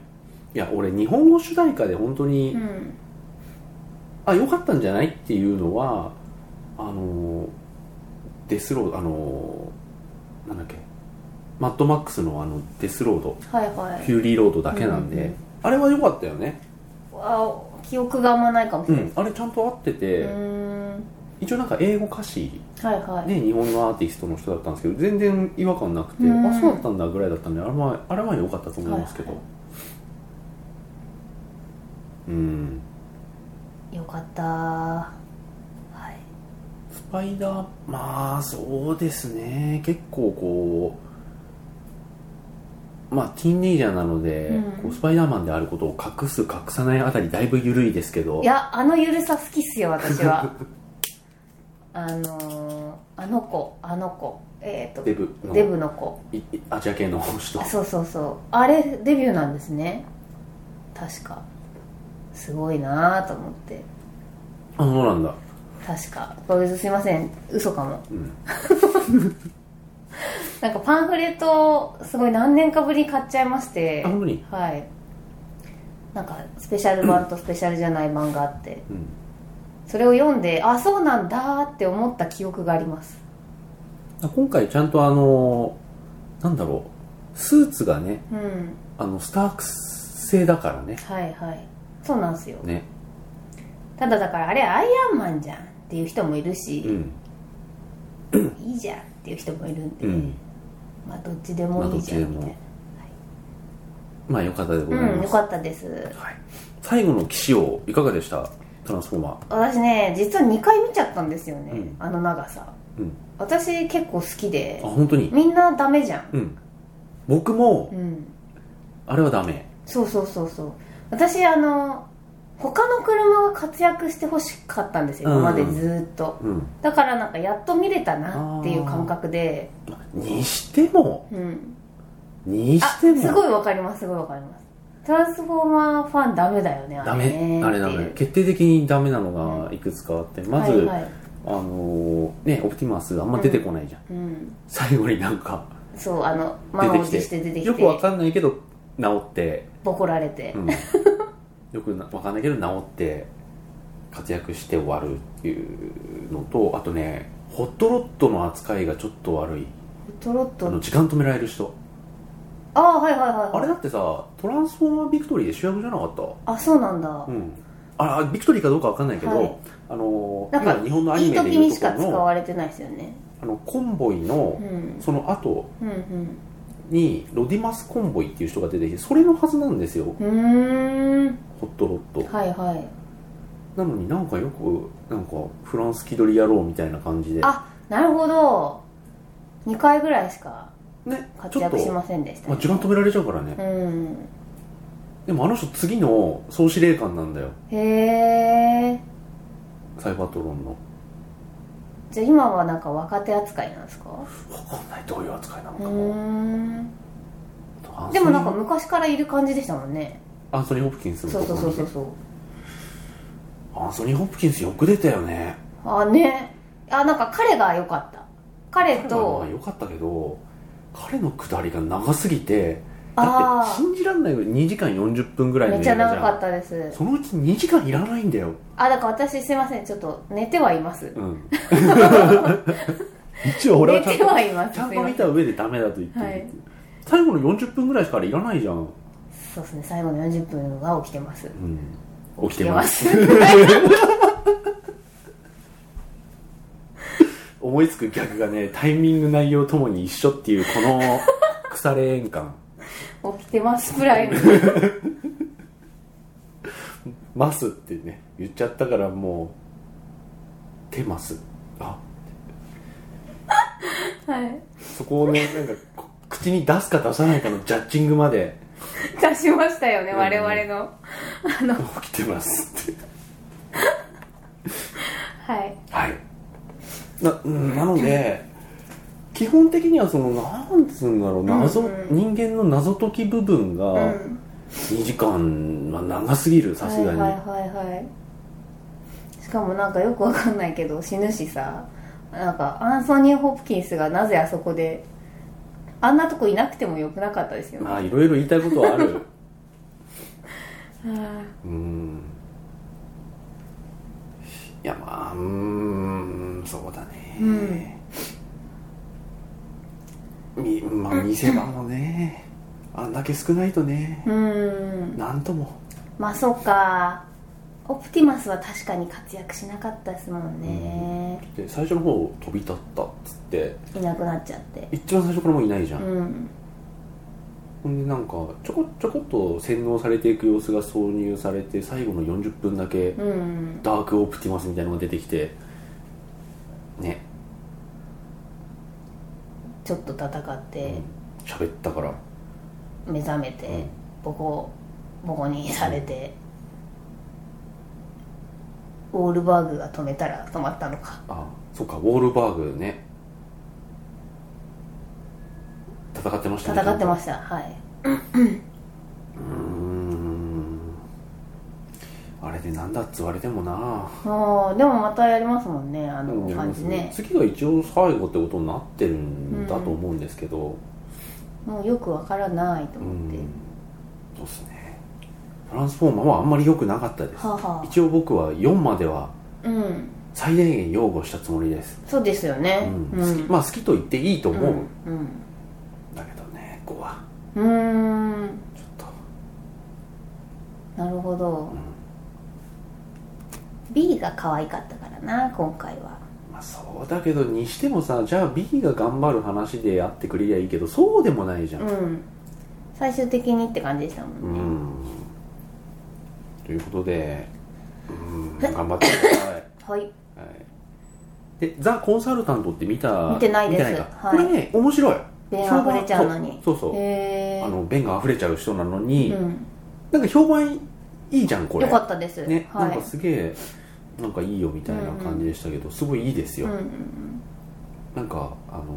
Speaker 1: い、や俺日本語主題歌で本当
Speaker 2: う
Speaker 1: に、
Speaker 2: ん
Speaker 1: あ良かったんじゃないっていうのはあのーデスロードあのーなんだっけマッドマックスのあのデスロード
Speaker 2: はいはい
Speaker 1: フューリーロードだけなんで、
Speaker 2: うんうん
Speaker 1: あれは良かったよね、
Speaker 2: あ記憶があんまないかもし
Speaker 1: う
Speaker 2: れない
Speaker 1: ん、あれちゃんと合ってて、
Speaker 2: うーん
Speaker 1: 一応なんか英語歌詞
Speaker 2: はいはい、
Speaker 1: で日本のアーティストの人だったんですけど全然違和感なくて、
Speaker 2: うん
Speaker 1: あそうだったんだぐらいだったんであれはあれは良かったと思いますけど、
Speaker 2: はい
Speaker 1: うん
Speaker 2: よかったはい
Speaker 1: スパイダーまあそうですね結構こうまあティーンネイジャーなので、
Speaker 2: うん
Speaker 1: こうスパイダーマンであることを隠す隠さないあたりだいぶ緩いですけど
Speaker 2: いやあのゆるさ好きっすよ私 はあのーあの子あの子えっ、と
Speaker 1: デブの
Speaker 2: デブの子
Speaker 1: いいアジア系の人
Speaker 2: あそうそうそうあれデビューなんですね確かすごいなぁと思って
Speaker 1: あそうなんだ、
Speaker 2: 確かこれすいません嘘かも
Speaker 1: うん、
Speaker 2: なんかパンフレットをすごい何年かぶりに買っちゃいまして
Speaker 1: あ本当に、
Speaker 2: はいなんかスペシャル版とス ペシャルじゃない版があって
Speaker 1: うん、
Speaker 2: それを読んであそうなんだって思った記憶があります
Speaker 1: 今回ちゃんとあのなんだろうスーツがね
Speaker 2: うん
Speaker 1: あのスタークス製だからね
Speaker 2: はいはいそうなんですよ
Speaker 1: ね
Speaker 2: ただだからあれアイアンマンじゃんっていう人もいるし
Speaker 1: う、ん
Speaker 2: いいじゃんっていう人もいるんで、
Speaker 1: うん
Speaker 2: まあどっちで
Speaker 1: ま
Speaker 2: も
Speaker 1: あ
Speaker 2: い
Speaker 1: ど
Speaker 2: い
Speaker 1: っ
Speaker 2: じ
Speaker 1: ち
Speaker 2: ゃん
Speaker 1: で
Speaker 2: みたい
Speaker 1: も
Speaker 2: な
Speaker 1: まあ良かったでございます、
Speaker 2: うん、よかったです
Speaker 1: はい、最後の騎士王いかがでしたトランスフォーマ
Speaker 2: 私ね実は2回見ちゃったんですよね、
Speaker 1: うん
Speaker 2: あの長さ
Speaker 1: ーうん
Speaker 2: 私結構好きで
Speaker 1: あ本当に
Speaker 2: みんなダメじゃん
Speaker 1: うん僕も
Speaker 2: うん
Speaker 1: あれはダメ
Speaker 2: そうそうそうそう私あの他の車が活躍してほしかったんですよ
Speaker 1: うん
Speaker 2: 今までずーっと、
Speaker 1: うん
Speaker 2: だからなんかやっと見れたなっていう感覚で
Speaker 1: にしても
Speaker 2: うん
Speaker 1: に
Speaker 2: あ
Speaker 1: しても
Speaker 2: すごいわかりますすごいわかりますトランスフォーマーファンダメだよね
Speaker 1: ダ
Speaker 2: あれ
Speaker 1: メ
Speaker 2: ね
Speaker 1: あれダ
Speaker 2: ってい
Speaker 1: メ
Speaker 2: う
Speaker 1: 決定的にダメなのがいくつかあってまず、
Speaker 2: はいはい
Speaker 1: あのーねオプティマスあんま出てこないじゃん、
Speaker 2: うん、
Speaker 1: 最後になんか
Speaker 2: そうあの
Speaker 1: 出
Speaker 2: 満
Speaker 1: て
Speaker 2: を
Speaker 1: き
Speaker 2: 持
Speaker 1: て
Speaker 2: して出てきて
Speaker 1: よくわかんないけど治って、
Speaker 2: ボコられて
Speaker 1: う、 んよくなわかんないけど治って活躍して終わるっていうのとあとねホットロットの扱いがちょっと悪い
Speaker 2: トロッ
Speaker 1: あの
Speaker 2: と
Speaker 1: 時間止められる人
Speaker 2: ああはいはいはい
Speaker 1: あれだってさトランスフォーマービクトリーで主役じゃなかった
Speaker 2: あそうなんだ
Speaker 1: う、ん、あビクトリーかどうかわかんないけど、
Speaker 2: はい
Speaker 1: あの
Speaker 2: なんか
Speaker 1: 今日本のア
Speaker 2: い
Speaker 1: ニ
Speaker 2: い
Speaker 1: メで
Speaker 2: 時
Speaker 1: い
Speaker 2: に
Speaker 1: う
Speaker 2: し
Speaker 1: とこ
Speaker 2: か
Speaker 1: ろ
Speaker 2: 使
Speaker 1: の
Speaker 2: われてないですよね
Speaker 1: あのコンボイ
Speaker 2: う
Speaker 1: の
Speaker 2: ん
Speaker 1: その後
Speaker 2: うんうん
Speaker 1: にロディマスコンボイっていう人が出てきてそれのはずなんですよ
Speaker 2: うーん
Speaker 1: ホットロット
Speaker 2: はいはい
Speaker 1: なのになんかよくなんかフランス気取り野郎みたいな感じで
Speaker 2: あなるほど2回ぐらいしか
Speaker 1: ねち
Speaker 2: 活
Speaker 1: ょっと
Speaker 2: 躍しませんでした
Speaker 1: まあ、
Speaker 2: ね、
Speaker 1: 時間止められちゃうからね
Speaker 2: うん
Speaker 1: でもあの人次の総司令官なんだよ
Speaker 2: へえ
Speaker 1: サイバートロンの
Speaker 2: じゃあ今はなんか若手扱いなんですか
Speaker 1: わかんないどういう扱いなの
Speaker 2: う
Speaker 1: かも
Speaker 2: ーん
Speaker 1: アンソニー
Speaker 2: でもなんか昔からいる感じでしたもんね
Speaker 1: アンソニー・ホプキンスのと
Speaker 2: そう
Speaker 1: ころ
Speaker 2: そう
Speaker 1: に
Speaker 2: そうそうそう
Speaker 1: アンソニー・ホプキンスよく出たよね
Speaker 2: あねあなんか彼が良かった彼
Speaker 1: ま
Speaker 2: と
Speaker 1: あ良かったけど彼のくだりが長すぎてだって
Speaker 2: あ
Speaker 1: 信じらんないぐらい2時間40分ぐら
Speaker 2: あ
Speaker 1: いの
Speaker 2: め
Speaker 1: 映画
Speaker 2: っち
Speaker 1: じ
Speaker 2: ゃ
Speaker 1: ゃん
Speaker 2: 長かったです
Speaker 1: そのうち2時間いらないんだよ、
Speaker 2: あだから私すいませんちょっと寝てはいます
Speaker 1: うん、一応俺は
Speaker 2: 寝
Speaker 1: ちゃん
Speaker 2: て
Speaker 1: と
Speaker 2: はいます
Speaker 1: ちゃん
Speaker 2: すい
Speaker 1: と
Speaker 2: ませ
Speaker 1: 見た上でダメだと言ってる、
Speaker 2: はい
Speaker 1: 最後の40分ぐらいしかあれいらないじゃん、
Speaker 2: そうですね最後の40分は起きてます
Speaker 1: うん、起きてます思いつく逆がねタイミング内容ともに一緒っていうこ の腐れ縁感
Speaker 2: 起きてますぐらいの
Speaker 1: 「ます」ってね言っちゃったからもう「手ます」あ
Speaker 2: はい
Speaker 1: そこを ねなんかこ口に出すか出さないかのジャッジングまで
Speaker 2: 出しましたよね
Speaker 1: うん
Speaker 2: 我々の
Speaker 1: 「起きてます」って
Speaker 2: はい
Speaker 1: はいなうんなので基本的にはそのなんつうんだろう謎、
Speaker 2: うんう
Speaker 1: 人間の謎解き部分
Speaker 2: う
Speaker 1: が
Speaker 2: ん
Speaker 1: 2時間は長すぎるさすがに、
Speaker 2: はいはいはいはいしかもなんかよくわかんないけど死ぬしさなんかアンソニー・ホプキンスがなぜあそこであんなとこいなくてもよくなかったですよね
Speaker 1: まあいろいろ言いたいことはある
Speaker 2: は
Speaker 1: うんいやまあうーんそうだね
Speaker 2: うん
Speaker 1: みまあ見せ場もねあんだけ少ないとね
Speaker 2: あうん
Speaker 1: なんとも
Speaker 2: まあそうかオプティマスは確かに活躍しなかったですもんね、
Speaker 1: で最初の方飛び立ったっつって
Speaker 2: いなくなっちゃって
Speaker 1: 一番最初からもういないじゃ、
Speaker 2: うんん
Speaker 1: ほんでなんかちょこちょこっと洗脳されていく様子が挿入されて最後の40分だけ
Speaker 2: うん
Speaker 1: ダークオプティマスみたいなのが出てきてね
Speaker 2: ちょっと戦って
Speaker 1: 喋ったから
Speaker 2: 目覚めて、
Speaker 1: うん
Speaker 2: ボコボコにされて、ウォールバーグが止めたら止まったのか
Speaker 1: あそうかウォールバーグね戦ってましたね
Speaker 2: 戦ってましたはい
Speaker 1: うんあれでなんだっつわれてもな
Speaker 2: あーでもまたやりますもんねあ
Speaker 1: うん
Speaker 2: の
Speaker 1: やり
Speaker 2: 感
Speaker 1: ます
Speaker 2: じ
Speaker 1: ね
Speaker 2: ね
Speaker 1: 次が一応最後ってことになってるんだと思うんですけど、
Speaker 2: もうよくわからないと思って、
Speaker 1: そうですねトランスフォーマーはあんまり良くなかったです
Speaker 2: はあは
Speaker 1: 一応僕は4までは
Speaker 2: あうん
Speaker 1: 最大限擁護したつもりです、
Speaker 2: そうですよ
Speaker 1: う
Speaker 2: ね
Speaker 1: ん
Speaker 2: うん、
Speaker 1: 好きまあ好きと言っていいと思う、
Speaker 2: うん
Speaker 1: だけどね5は
Speaker 2: うんうーん
Speaker 1: ちょっと
Speaker 2: なるほど、B が可愛かったからな今回は
Speaker 1: まあそうだけどにしてもさじゃあ B が頑張る話でやってくれりゃいいけどそうでもないじゃん、
Speaker 2: うん最終的にって感じでしたもんね、
Speaker 1: うんということで、うん、頑張ってください、は い
Speaker 2: はい
Speaker 1: で「ザ・コンサルタント」って見た
Speaker 2: 見てないです
Speaker 1: か
Speaker 2: はい
Speaker 1: これね面白い
Speaker 2: 弁あふれちゃうのに
Speaker 1: そうそうそう
Speaker 2: へえ
Speaker 1: あの便が溢れちゃう人なのに、
Speaker 2: うん、
Speaker 1: なんか評判いいじゃんこれ
Speaker 2: よかったです、
Speaker 1: ね、
Speaker 2: はい
Speaker 1: なんかすげえなんかいいよみたいな感じでしたけど、すごいいいですよ、
Speaker 2: うんうん
Speaker 1: なんかあのー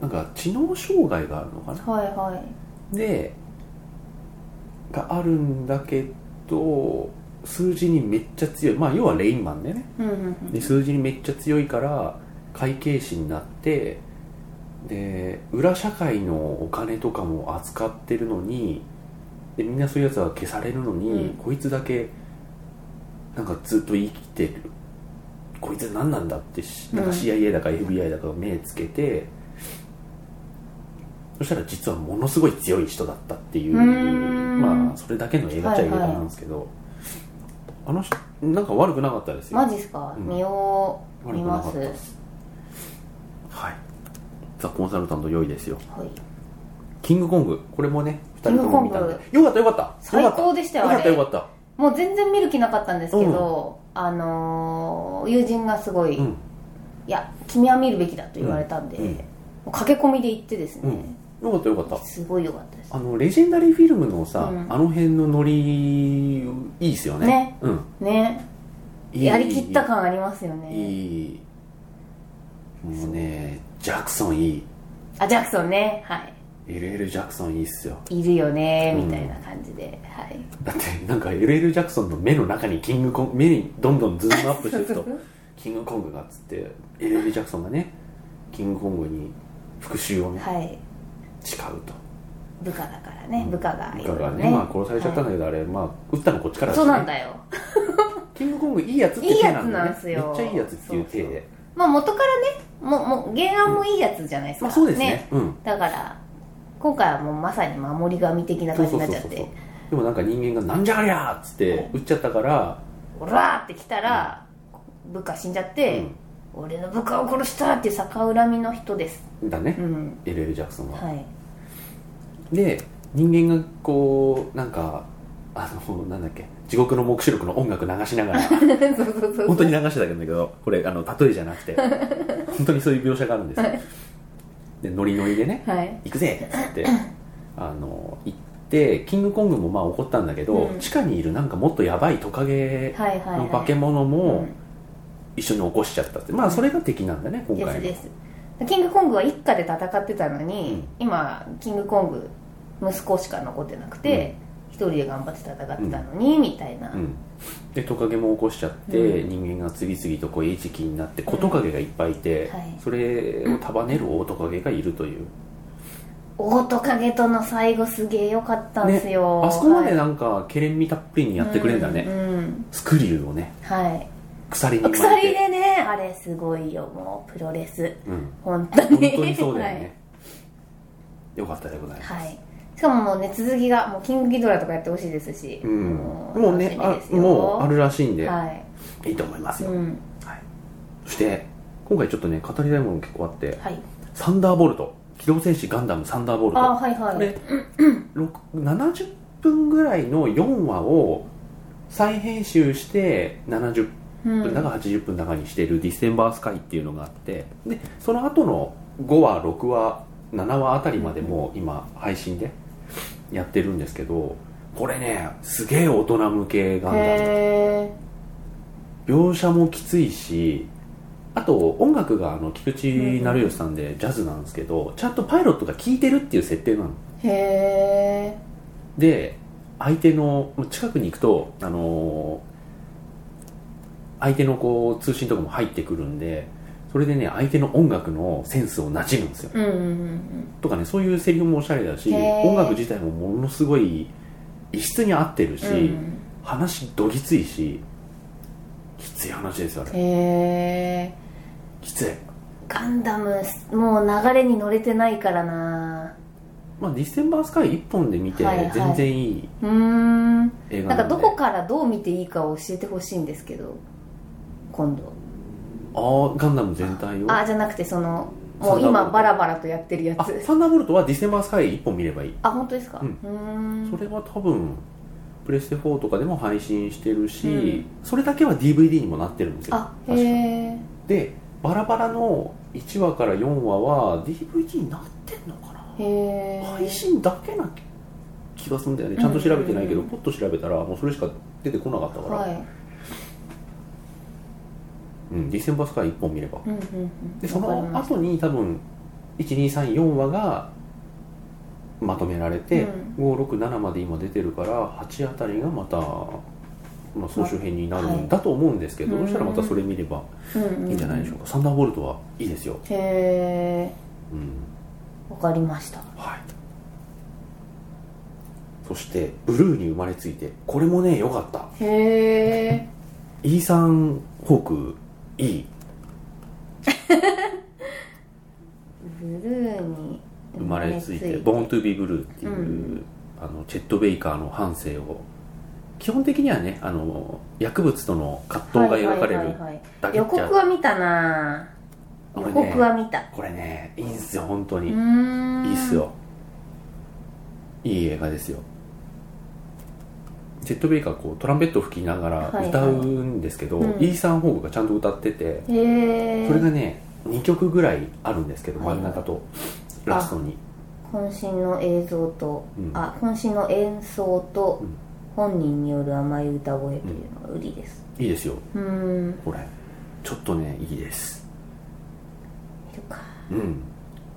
Speaker 1: なんか知能障害があるのかな
Speaker 2: うんはいはい
Speaker 1: でがあるんだけど数字にめっちゃ強いまあ要はレインマンでね
Speaker 2: うんうん
Speaker 1: で数字にめっちゃ強いから会計士になってで裏社会のお金とかも扱ってるのにでみんなそういうやつは消されるのに、
Speaker 2: うん
Speaker 1: こいつだけなんかずっと生きてるこいつ何なんだってしなんか
Speaker 2: うん
Speaker 1: CIA だか FBI だかが目つけて、そしたら実はものすごい強い人だったっていう
Speaker 2: うーん
Speaker 1: まあそれだけの映画っちゃ映画なんですけど、あの人なんか悪くなかったですよ
Speaker 2: マジっすか、
Speaker 1: うん
Speaker 2: 見よう
Speaker 1: 悪
Speaker 2: 見
Speaker 1: くな
Speaker 2: ま
Speaker 1: かっ
Speaker 2: す
Speaker 1: たですはいザ・コンサルタント良いですよ
Speaker 2: はい
Speaker 1: キングコングこれもね2
Speaker 2: キン
Speaker 1: 人
Speaker 2: グ
Speaker 1: とも
Speaker 2: コン
Speaker 1: 見
Speaker 2: グ
Speaker 1: たんでよかったよかった
Speaker 2: 最高でしたよ
Speaker 1: よかったよか
Speaker 2: あれ
Speaker 1: ったよかっ
Speaker 2: もう全然見る気なかったんですけど、あのー友人がすごい、
Speaker 1: たう
Speaker 2: い
Speaker 1: ん
Speaker 2: や君は見るべきだと言われたんで、
Speaker 1: うんうん
Speaker 2: もう駆け込みで行ってですね、
Speaker 1: よかったよかった
Speaker 2: すごい良かったです
Speaker 1: あのレジェンダリーフィルムのさ、
Speaker 2: うん
Speaker 1: あの辺のノリいいっすよね
Speaker 2: ね
Speaker 1: うん
Speaker 2: ね
Speaker 1: いい
Speaker 2: やりきった感ありますよね
Speaker 1: いいもうねジャクソンいい
Speaker 2: あジャクソンねはい
Speaker 1: LL ジャクソンいいっすよ
Speaker 2: いるよね
Speaker 1: うん
Speaker 2: みたいな感じで、はい
Speaker 1: だってなんか LL ジャクソンの目の中にキングコング目にどんどんズームアップしていくとキングコングがっつって LL ジャクソンがねキングコングに復讐をね
Speaker 2: はい
Speaker 1: 誓うと
Speaker 2: 部下だからね、部下が
Speaker 1: 部
Speaker 2: いろ
Speaker 1: 下
Speaker 2: いろ
Speaker 1: がねまあ殺されちゃったんだけど、あれまあ撃ったのこっちから
Speaker 2: はい
Speaker 1: だし
Speaker 2: そ
Speaker 1: ね
Speaker 2: うなんだよ
Speaker 1: キングコングいいやつっていう体なんだよ、ね、
Speaker 2: いいやつなんすよ
Speaker 1: めっちゃいいやつっていう体で
Speaker 2: まあ元からねもうもう原案もいいやつじゃないですか、
Speaker 1: まあそうですねうん
Speaker 2: だから今回はもうまさに守り神的な
Speaker 1: そ
Speaker 2: 感
Speaker 1: うそ
Speaker 2: じに
Speaker 1: うそ
Speaker 2: なっ
Speaker 1: う
Speaker 2: ちゃっ
Speaker 1: そう
Speaker 2: て
Speaker 1: でもなんか人間が「なんじゃありゃ!」っつって撃っちゃったから、
Speaker 2: 「オラ!」って来たら、部下死んじゃって、俺の部下を殺した!」っていう逆恨みの人です
Speaker 1: だ
Speaker 2: う
Speaker 1: ね、
Speaker 2: ん
Speaker 1: LL ジャクソンは、
Speaker 2: はい
Speaker 1: で人間がこうなんかあのなんだっけ地獄の黙示録の音楽流しながら
Speaker 2: そうそうそう
Speaker 1: 本当に流してたんだけどこれあの例えじゃな くて本当にそういう描写があるんですよ、でノリノリでね
Speaker 2: はい
Speaker 1: 「行くぜ!」っつってあの行ってキングコングもまあ怒ったんだけど、
Speaker 2: うん
Speaker 1: 地下にいるなんかもっとやばいトカゲ
Speaker 2: はいはい
Speaker 1: の
Speaker 2: は
Speaker 1: 化け
Speaker 2: い
Speaker 1: 物
Speaker 2: う
Speaker 1: も
Speaker 2: ん
Speaker 1: 一緒に起こしちゃったって、まあそれが敵なんだね今
Speaker 2: です
Speaker 1: 回
Speaker 2: で
Speaker 1: の
Speaker 2: すキングコングは一家で戦ってたのに、今キングコング息子しか残ってなくて一、人で頑張って戦ってたのに、みたいな、
Speaker 1: うん、でトカゲも起こしちゃって、
Speaker 2: う
Speaker 1: 人間が次々とこう餌食になって小トカゲがいっぱいいて、
Speaker 2: うんはい
Speaker 1: それを束ねる大トカゲがいるという、
Speaker 2: 大トカゲとの最後すげえ良かったんですよ、
Speaker 1: あそこまで
Speaker 2: はい
Speaker 1: なんかケレン味たっぷりにやってくれるんだね、
Speaker 2: うんうん
Speaker 1: スクリューをね
Speaker 2: はい
Speaker 1: 鎖に巻いて
Speaker 2: 鎖でねあれすごいよもうプロレス
Speaker 1: うん、
Speaker 2: 本当に
Speaker 1: 本当にそうだよね、 よかったでございます、
Speaker 2: はい、はいしかももうね続きがもうキングギドラとかやってほしいですし、
Speaker 1: うん、
Speaker 2: も
Speaker 1: もうね
Speaker 2: 楽しみ
Speaker 1: あ
Speaker 2: ですよ
Speaker 1: もうあるらしいんで、
Speaker 2: はい
Speaker 1: い、いと思います
Speaker 2: い、
Speaker 1: よ、
Speaker 2: うん、
Speaker 1: はい、そして今回ちょっとね語りたいもの結構あって
Speaker 2: はい
Speaker 1: サンダーボルト機動戦士ガンダムサンダーボルト
Speaker 2: あはいはい、
Speaker 1: でろく70分ぐらいの4話を再編集して70
Speaker 2: うん
Speaker 1: 分だか80分だかにしてるディセンバースカイっていうのがあってでその後の5話6話7話あたりまでも今配信でやってるんですけどこれねすげえ大人向けガンダム
Speaker 2: へ
Speaker 1: 描写もきついしあと音楽があの菊池成吉さんでジャズなんですけどちゃんとパイロットが聴いてるっていう設定なの
Speaker 2: えへ
Speaker 1: で相手の近くに行くと、あのー相手のこう通信とかも入ってくるんでそれでね相手の音楽のセンスをなじむんですよ
Speaker 2: えうんうんうん
Speaker 1: とかねそういうセリフもおしゃれだし
Speaker 2: へー
Speaker 1: 音楽自体もものすごい異質に合ってるし、
Speaker 2: うんうん
Speaker 1: 話どぎついしきつい話ですよあれ
Speaker 2: へえ
Speaker 1: きつい
Speaker 2: ガンダムもう流れに乗れてないからな
Speaker 1: まあディセンバースカイ1本で見て
Speaker 2: はいはい
Speaker 1: 全然いいう
Speaker 2: ーん
Speaker 1: 映
Speaker 2: な
Speaker 1: 画な
Speaker 2: んか
Speaker 1: んで、
Speaker 2: どこからどう見ていいかを教えてほしいんですけど今度
Speaker 1: ああガンダム全体を
Speaker 2: あじゃなくてそのもう
Speaker 1: サンダーボル
Speaker 2: 今
Speaker 1: ト
Speaker 2: バラバラとやってるや
Speaker 1: あ
Speaker 2: つ
Speaker 1: サンダーボルトはディセンバースカイ1本見ればいい
Speaker 2: あ本当ですか
Speaker 1: う
Speaker 2: うんーん
Speaker 1: それは多分プレステ4とかでも配信してるし、
Speaker 2: うん
Speaker 1: それだけは DVD にもなってるんですよ
Speaker 2: あへ
Speaker 1: 確か
Speaker 2: え
Speaker 1: でバラバラの1話から4話は DVD になってんのかな
Speaker 2: へえ
Speaker 1: 配信だけな気がするんだよねちゃんと調べてないけ
Speaker 2: うんう
Speaker 1: ど
Speaker 2: ん
Speaker 1: ポッと調べたらもうそれしか出てこなかったから、
Speaker 2: は
Speaker 1: うん、ディセンバースカイ1本見れば
Speaker 2: いうんうんうん
Speaker 1: でそ
Speaker 2: わかり
Speaker 1: の
Speaker 2: ます
Speaker 1: 後に多分1234話がまとめられて、567まで今出てるから8あたりがまた、まあ、総集編になるんだと思うんですけど、
Speaker 2: はい
Speaker 1: そしたらまたそれ見れば
Speaker 2: うんう
Speaker 1: いいんじゃないでしょうか、サンダーボルトはいいですよ、
Speaker 2: へえ
Speaker 1: うん
Speaker 2: わかりました
Speaker 1: はい、そしてブルーに生まれついてこれもね良かった
Speaker 2: へえ
Speaker 1: イーサン・ホークいい
Speaker 2: ブルーに
Speaker 1: 生まれついて「ボーン・トゥ・ビ・ブルー」っていう、
Speaker 2: うん
Speaker 1: あのチェット・ベイカーの半生を基本的にはねあの薬物との葛藤が描かれる
Speaker 2: はい
Speaker 1: だけ
Speaker 2: 予
Speaker 1: っちゃ、
Speaker 2: 告は見たな
Speaker 1: こ
Speaker 2: 予
Speaker 1: れね
Speaker 2: 告は見た
Speaker 1: これねいいんすよ本当
Speaker 2: う
Speaker 1: に、
Speaker 2: ーん
Speaker 1: いいっすよいい映画ですよチェット・ベイカーこうトランペット吹きながら歌うんですけど、
Speaker 2: はいはいうん
Speaker 1: イーサン・ホークがちゃんと歌ってて
Speaker 2: へえ
Speaker 1: それがね2曲ぐらいあるんですけど真ん中とラストに
Speaker 2: 渾身の映像と、
Speaker 1: うん
Speaker 2: あ渾身の演奏と
Speaker 1: うん
Speaker 2: 本人による甘い歌声というのが売りです
Speaker 1: いいですよ
Speaker 2: うーん
Speaker 1: これちょっとねいいです
Speaker 2: 見るか
Speaker 1: うん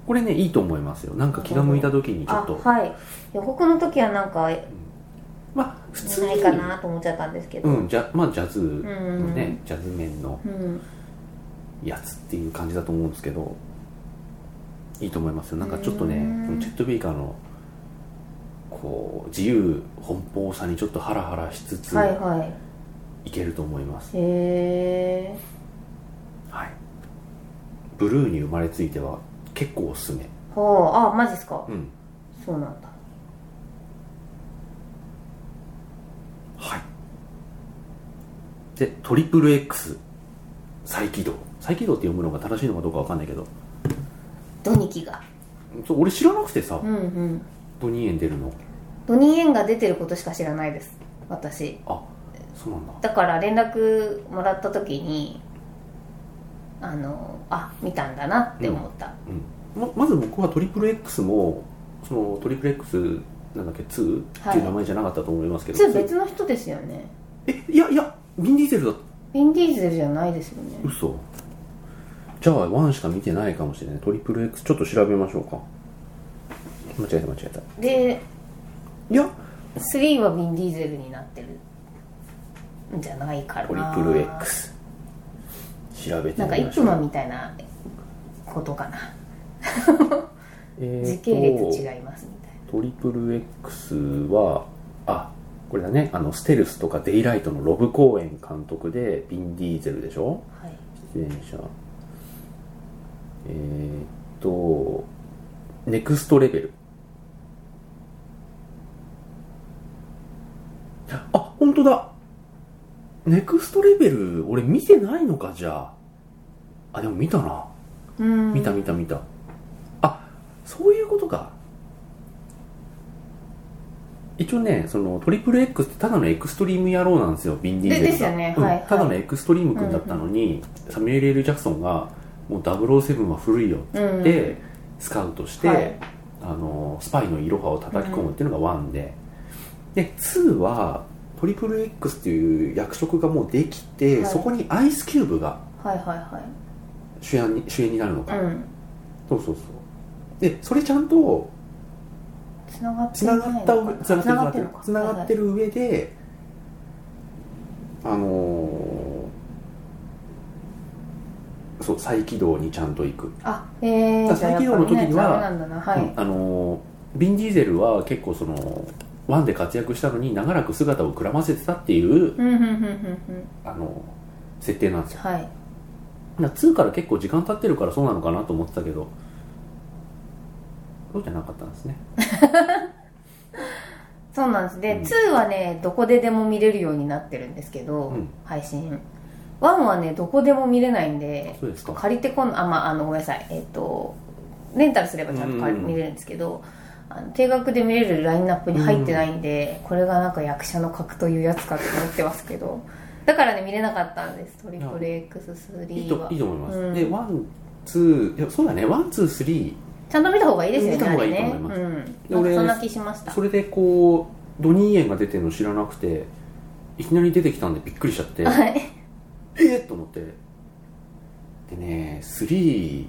Speaker 1: これねいいと思いますよなんか気が向いた時にちょ
Speaker 2: あ
Speaker 1: っと
Speaker 2: はい予告の時はなんか
Speaker 1: まあ普通
Speaker 2: な
Speaker 1: に
Speaker 2: いかなと思っちゃったんですけど
Speaker 1: うんじゃまあジャズの
Speaker 2: う
Speaker 1: ね
Speaker 2: ん
Speaker 1: ジャズ面の
Speaker 2: うん
Speaker 1: やつっていう感じだと思うんですけどいいと思いますよなんかちょっとね
Speaker 2: うん
Speaker 1: このチェット・ビーカーのこう自由奔放さにちょっとハラハラしつつ
Speaker 2: はいはい
Speaker 1: けると思います
Speaker 2: いへえ
Speaker 1: はいブルーに生まれついては結構おすすめ
Speaker 2: ほうあマジっすか
Speaker 1: うん
Speaker 2: そうなんだ
Speaker 1: はいでトリプル X 再起動再起動って読むのが正しいのかどうかわかんないけど
Speaker 2: ドニキが
Speaker 1: そう俺知らなくてさ
Speaker 2: うんうん
Speaker 1: ドニーエン出るの
Speaker 2: ドニー・エンが出てることしか知らないです私
Speaker 1: あそうなんだ
Speaker 2: だから連絡もらった時にあのあ見たんだなって思った、
Speaker 1: うんままず僕はトリプル X もそのトリプル X なんだっけ2って
Speaker 2: はい
Speaker 1: いう名前じゃなかったと思いますけど、
Speaker 2: それ別の人ですよね
Speaker 1: えいやいやビンディーゼルだ
Speaker 2: ヴィン・ディーゼルじゃないですよね
Speaker 1: 嘘じゃあ1しか見てないかもしれないトリプル X ちょっと調べましょうか間違えた間違えた
Speaker 2: で
Speaker 1: いや
Speaker 2: 3はヴィン・ディーゼルになってるんじゃないか
Speaker 1: トリ
Speaker 2: な
Speaker 1: プル X 調べてみましょう
Speaker 2: なんかイップマンみたいなことかな
Speaker 1: えーと
Speaker 2: 時系列違いますみたい
Speaker 1: トリプル X はあこれだねあのステルスとかデイライトのロブ・コーエン監督でビン・ディーゼルでしょ
Speaker 2: なはい
Speaker 1: 出演者えーっとネクストレベルあ本当だネクストレベル俺見てないのかじゃああでも見たな
Speaker 2: うん
Speaker 1: 見た見た見た、あそういうことか一応ねそのトリプル X ってただのエクストリーム野郎なんですよビンディーゼルが
Speaker 2: ですよね
Speaker 1: うん
Speaker 2: はいはい
Speaker 1: ただのエクストリーム君だったのに、サミュエル・ L ・ジャクソンがもう007は古いよって
Speaker 2: う
Speaker 1: 言
Speaker 2: ん
Speaker 1: って、スカウトして、
Speaker 2: はい
Speaker 1: あのスパイのイロハを叩き込むっていうのが1で、で2はトリプル X っていう役職がもうできて、
Speaker 2: はい
Speaker 1: そこにアイスキューブが
Speaker 2: はいは
Speaker 1: 主演に主演になるの
Speaker 2: い
Speaker 1: か、
Speaker 2: はいうん
Speaker 1: そうそうそうでそれちゃんと
Speaker 2: つながって
Speaker 1: つ
Speaker 2: い
Speaker 1: ないがっ
Speaker 2: の
Speaker 1: た
Speaker 2: かな
Speaker 1: つながってるつ
Speaker 2: 繋
Speaker 1: な
Speaker 2: が
Speaker 1: が
Speaker 2: っ
Speaker 1: ってて
Speaker 2: る
Speaker 1: る上であのーそう再起動にちゃんと行く、
Speaker 2: のかはいはいあえー、
Speaker 1: だ
Speaker 2: じ
Speaker 1: か
Speaker 2: ゃあ
Speaker 1: ら再
Speaker 2: やっぱり
Speaker 1: 起動の時
Speaker 2: ね
Speaker 1: には
Speaker 2: ダメなんだなはい、
Speaker 1: うんあのービン・ディーゼルは結構そのワンで活躍したのに長らく姿をくらませてたっていう、
Speaker 2: うんうんうんうんうん
Speaker 1: あのー設定なんですよ
Speaker 2: はい
Speaker 1: だから2から結構時間経ってるからそうなのかなと思ってたけどそうじゃなかったんですね
Speaker 2: そうなんですで、
Speaker 1: うん
Speaker 2: 2はねどこででも見れるようになってるんですけど、
Speaker 1: うん
Speaker 2: 配信1はねどこでも見れないんで
Speaker 1: そうですか
Speaker 2: 借りてこんあまああのごめんなさいえっ、とレンタルすればちゃんと借り
Speaker 1: うん
Speaker 2: 見れるんですけどあの定額で見れるラインナップに入ってないんで、これがなんか役者の格というやつかと思ってますけどだからね見れなかったんですトリプル X3 はい
Speaker 1: いといいと思います、
Speaker 2: うん
Speaker 1: で1ツーいやそうだねワンツースリ
Speaker 2: ちゃんと見た方がいいですよね
Speaker 1: 見た方がいい
Speaker 2: あれね
Speaker 1: と思います
Speaker 2: うん、なん
Speaker 1: で俺
Speaker 2: かそんな気しまし
Speaker 1: ー
Speaker 2: た
Speaker 1: それでこうドニーイエンが出てるの知らなくていきなり出てきたんでびっくりしちゃって
Speaker 2: はい
Speaker 1: えっと思ってでね3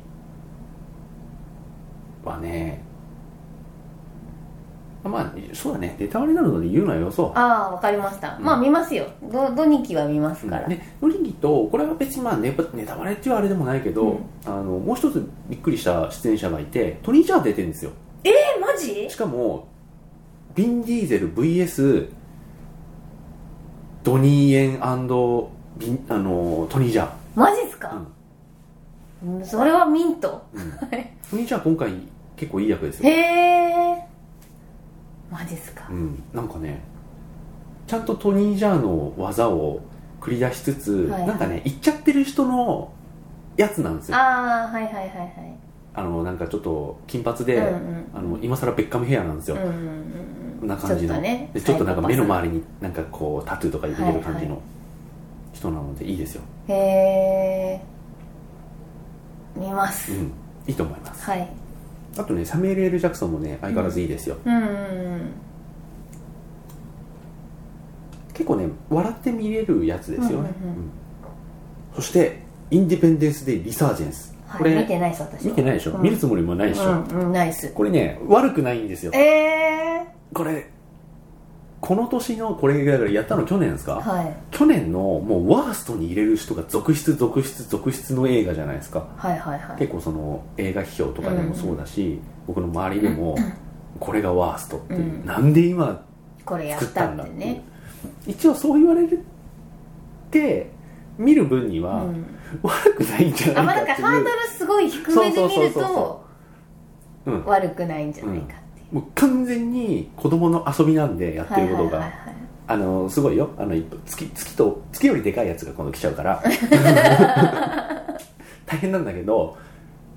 Speaker 1: はねあまあそうだねネタバレになるので言うのはよそう
Speaker 2: ああわかりました、
Speaker 1: うん
Speaker 2: まあ見ますよどドニキは見ますから、
Speaker 1: ね、ノリギとこれは別にまあネバネタバレっていうあれでもないけど、
Speaker 2: うん
Speaker 1: あのもう一つびっくりした出演者がいてトニー・ジャー出てるんですよ
Speaker 2: えマジ
Speaker 1: しかもビン・ディーゼル VS ドニー・エンビンあのトニー・ジャー
Speaker 2: マジっすか、うんそれはミント
Speaker 1: うんトニー・ジャー今回結構いい役ですよ
Speaker 2: へえマジっすか
Speaker 1: うん、なんかねちゃんとトニー・ジャーの技を繰り出しつつ、
Speaker 2: はいはい
Speaker 1: なんかね行っちゃってる人のやつなんですよあ
Speaker 2: ああはいはいはいはい
Speaker 1: のなんかちょっと金髪で、
Speaker 2: うんうん
Speaker 1: あの今更ベッカムヘアなんです
Speaker 2: う
Speaker 1: よ
Speaker 2: ん、うんうん
Speaker 1: な感じの
Speaker 2: ちょっとね
Speaker 1: でちょっとなんか目の
Speaker 2: り
Speaker 1: 周りになんかこうタトゥーとか入れてる感じ
Speaker 2: はいは
Speaker 1: の人なのでいいですよ、
Speaker 2: へえ見ます、
Speaker 1: うん、いいと思います
Speaker 2: はい
Speaker 1: あとねサミュエル・ L ・ジャクソンもね相変わらずいいですよ、
Speaker 2: うんうん
Speaker 1: 結構ね笑って見れるやつですよね、
Speaker 2: うんうんうん
Speaker 1: うんそしてインディペンデンス・デイ・リサージェンス、
Speaker 2: は
Speaker 1: こ
Speaker 2: い、
Speaker 1: れ
Speaker 2: 見てないです私は
Speaker 1: 見てないでしょ、
Speaker 2: うん
Speaker 1: 見るつもりもないでしょ、
Speaker 2: うん、うん、ないっす
Speaker 1: これね悪くないんですよ
Speaker 2: ええ
Speaker 1: これこの年のこれだからやったの去年ですか、
Speaker 2: はい
Speaker 1: 去年のもうワーストに入れる人が続出続出続出の映画じゃないですか
Speaker 2: はいはいはい
Speaker 1: 結構その映画批評とかでもそうだし、僕の周りでもこれがワーストっていう、
Speaker 2: うん
Speaker 1: なんで今
Speaker 2: これや
Speaker 1: 作っ
Speaker 2: ったた
Speaker 1: ん
Speaker 2: っ
Speaker 1: だってていう
Speaker 2: ね
Speaker 1: 一応そう言われるって見る分に
Speaker 2: う
Speaker 1: は
Speaker 2: ん
Speaker 1: 悪くないんじゃ
Speaker 2: あま
Speaker 1: な
Speaker 2: あ
Speaker 1: い
Speaker 2: だ
Speaker 1: か
Speaker 2: か
Speaker 1: ってい
Speaker 2: らハ
Speaker 1: う、
Speaker 2: ードルすごい低めで見
Speaker 1: そうそう
Speaker 2: る
Speaker 1: そう
Speaker 2: と
Speaker 1: そうん、
Speaker 2: 悪くないんじゃないかっていう
Speaker 1: もう完全に子供の遊びなんでやって
Speaker 2: はい
Speaker 1: る
Speaker 2: はい
Speaker 1: こと
Speaker 2: はい
Speaker 1: が、
Speaker 2: はい
Speaker 1: あのすごいよあの月月と月よりでかいやつが今度来ちゃうから 大変なんだけど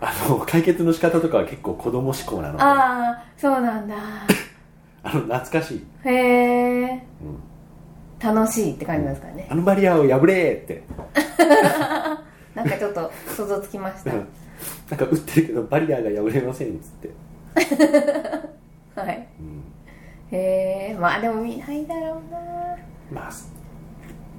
Speaker 1: あの解決の仕方とかは結構子供志向なのであ
Speaker 2: ああそうなんだ
Speaker 1: の懐かしい、
Speaker 2: へえ
Speaker 1: うん
Speaker 2: 楽しいって感じなんですかね
Speaker 1: あのバリアを破れって
Speaker 2: なんかちょっと想像つきまし
Speaker 1: う
Speaker 2: た
Speaker 1: んなんか打ってるけどバリアが破れませんっつって、
Speaker 2: はい
Speaker 1: うん
Speaker 2: へえまあでも見ないだろうな
Speaker 1: ま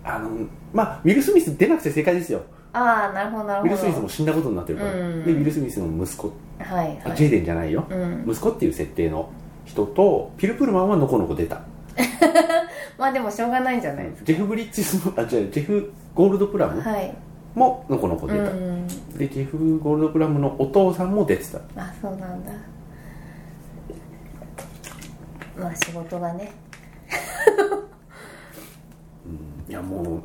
Speaker 1: ああのまあウィル・スミス出なくて正解ですよ
Speaker 2: ああなるほどな
Speaker 1: ウ
Speaker 2: る
Speaker 1: ィ
Speaker 2: ほ
Speaker 1: ル・
Speaker 2: ど
Speaker 1: スミスも死んだことになってるから、
Speaker 2: うん
Speaker 1: でウィル・スミスの息子、
Speaker 2: はいは
Speaker 1: あジェイ
Speaker 2: い
Speaker 1: デンじゃないよ、
Speaker 2: うん、
Speaker 1: 息子っていう設定の人とピル・プルマンはのこのこ出た
Speaker 2: まあでもしょうがないんじゃないです
Speaker 1: ジェフ・ブリッジスのあじゃあジェフ・ゴールドプラ
Speaker 2: か、
Speaker 1: ム
Speaker 2: はい、
Speaker 1: ものこのこ
Speaker 2: う
Speaker 1: 出た、
Speaker 2: ん、
Speaker 1: でジェフ・ゴールドプラムのお父さんも出てた
Speaker 2: あそうなんだまあ仕事がね
Speaker 1: いやもう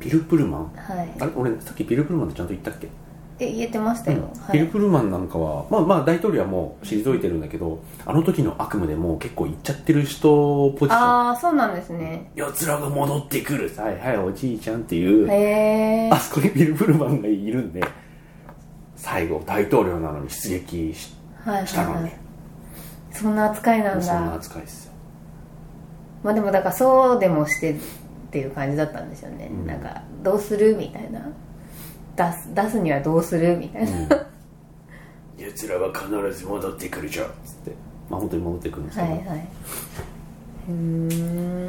Speaker 1: ピル・プルマン
Speaker 2: はい
Speaker 1: あれ俺さっきピル・プルマンってちゃんと言ったっけ、
Speaker 2: え言えてましたよ、は
Speaker 1: ピル・
Speaker 2: い、
Speaker 1: プルマンなんかはまあまあ大統領はもう退いてるんだけどあの時の悪夢でもう結構行っちゃってる人ポジション
Speaker 2: ああそうなんですね
Speaker 1: やつらが戻ってくるはいはいおじいちゃんっていう、
Speaker 2: へえ
Speaker 1: あそこにピル・プルマンがいるんで最後大統領なのに出撃し
Speaker 2: はい
Speaker 1: した
Speaker 2: はい
Speaker 1: の
Speaker 2: は
Speaker 1: に
Speaker 2: いそんな扱いな
Speaker 1: もうんそんな
Speaker 2: だ
Speaker 1: 扱いですよ
Speaker 2: まあでもだからそうでもしてっていう感じだったんですよね、
Speaker 1: うん
Speaker 2: なんかどうするみたいな出す出すにはどうするみたいな、
Speaker 1: やつらは必ず戻ってくるじゃんっつってまあ本当に戻ってくるんですけ
Speaker 2: は
Speaker 1: ど、
Speaker 2: いはいうーん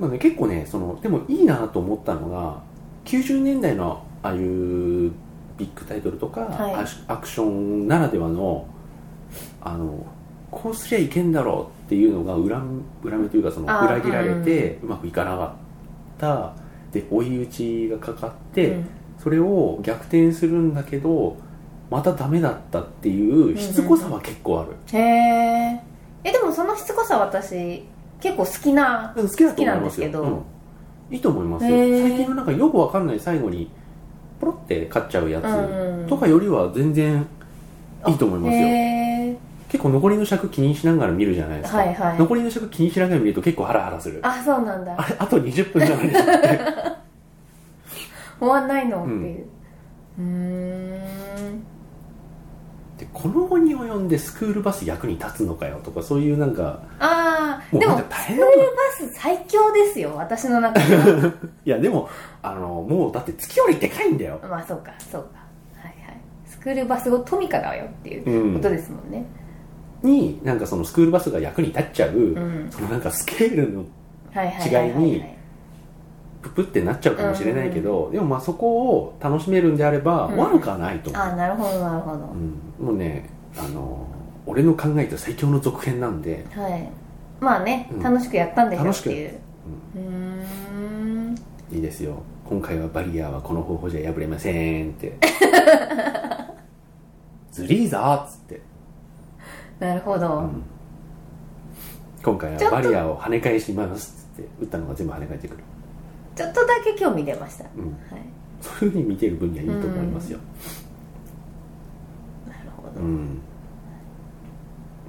Speaker 1: まあね、結構ねそのでもいいなと思ったのが90年代のああいうビッグタイトルとか、
Speaker 2: はい
Speaker 1: アシアクションならではのあのこうすりゃいけんだろうっていうのが裏裏目というかその
Speaker 2: あー
Speaker 1: 裏切られてうまくいかなかったで追い打ちがかかって、
Speaker 2: うん
Speaker 1: それを逆転するんだけどまたダメだったっていうしつこさは結構ある、
Speaker 2: へええでもそのしつこさ私結構好きな
Speaker 1: うん好きだと思い
Speaker 2: 好きなんで
Speaker 1: ますす
Speaker 2: け
Speaker 1: よ
Speaker 2: ど
Speaker 1: うん、いいと思いますよ
Speaker 2: へー
Speaker 1: 最近のなんかよくわかんない最後にポロって勝っちゃうや
Speaker 2: うん
Speaker 1: つとかよりは全然いいと思いますよ、
Speaker 2: へえ
Speaker 1: 結構残りの尺気にしながら見るじゃないですか、
Speaker 2: はいはい
Speaker 1: 残りの尺気にしながら見ると結構ハラハラするあ
Speaker 2: あそうなんだ
Speaker 1: れあと20分じゃないですか
Speaker 2: 終わんないのっていううーん
Speaker 1: でってこの後に及んでスクールバス役に立つのかよとかそういうなんか
Speaker 2: ああ
Speaker 1: もう
Speaker 2: でも
Speaker 1: なんか大
Speaker 2: スク
Speaker 1: 変
Speaker 2: ール
Speaker 1: な
Speaker 2: バ
Speaker 1: こと
Speaker 2: ス最強ですよ私の中では
Speaker 1: いやでもあのもうだって月よりでかいんだよ
Speaker 2: まあそうかそうかはいはいスクールバスをトミカだよっていううんことですもんね
Speaker 1: になんかそのスクールバスが役に立っちゃう、
Speaker 2: ん
Speaker 1: そのなんかスケールの
Speaker 2: はいはいは
Speaker 1: 違い
Speaker 2: いはいは
Speaker 1: に
Speaker 2: い
Speaker 1: ププってなっちゃうかもしれないけど、でもまあそこを楽しめるんであれば
Speaker 2: うん
Speaker 1: 悪くはないと思
Speaker 2: ああ
Speaker 1: う、
Speaker 2: なるほどなるほ
Speaker 1: う
Speaker 2: ど
Speaker 1: んもうねあの俺の考えた最強の続編なんで
Speaker 2: はいまあね
Speaker 1: うん
Speaker 2: 楽しくやったんでしょ
Speaker 1: 楽し
Speaker 2: っ
Speaker 1: く
Speaker 2: ていううーん
Speaker 1: いいですよ今回はバリアはこの方法じゃ破れませんって ずりーぞーっつって、
Speaker 2: なるほ
Speaker 1: う
Speaker 2: ど
Speaker 1: ん今回
Speaker 2: ちょ
Speaker 1: は
Speaker 2: っと
Speaker 1: バリアを跳ね返しますっつって打ったのが全部跳ね返ってくる、
Speaker 2: ちょっとだけ興味出ましたは
Speaker 1: うん、
Speaker 2: い
Speaker 1: そういうふうに見てる分にはいいと思いますよ、
Speaker 2: なるほ
Speaker 1: う
Speaker 2: ど
Speaker 1: ん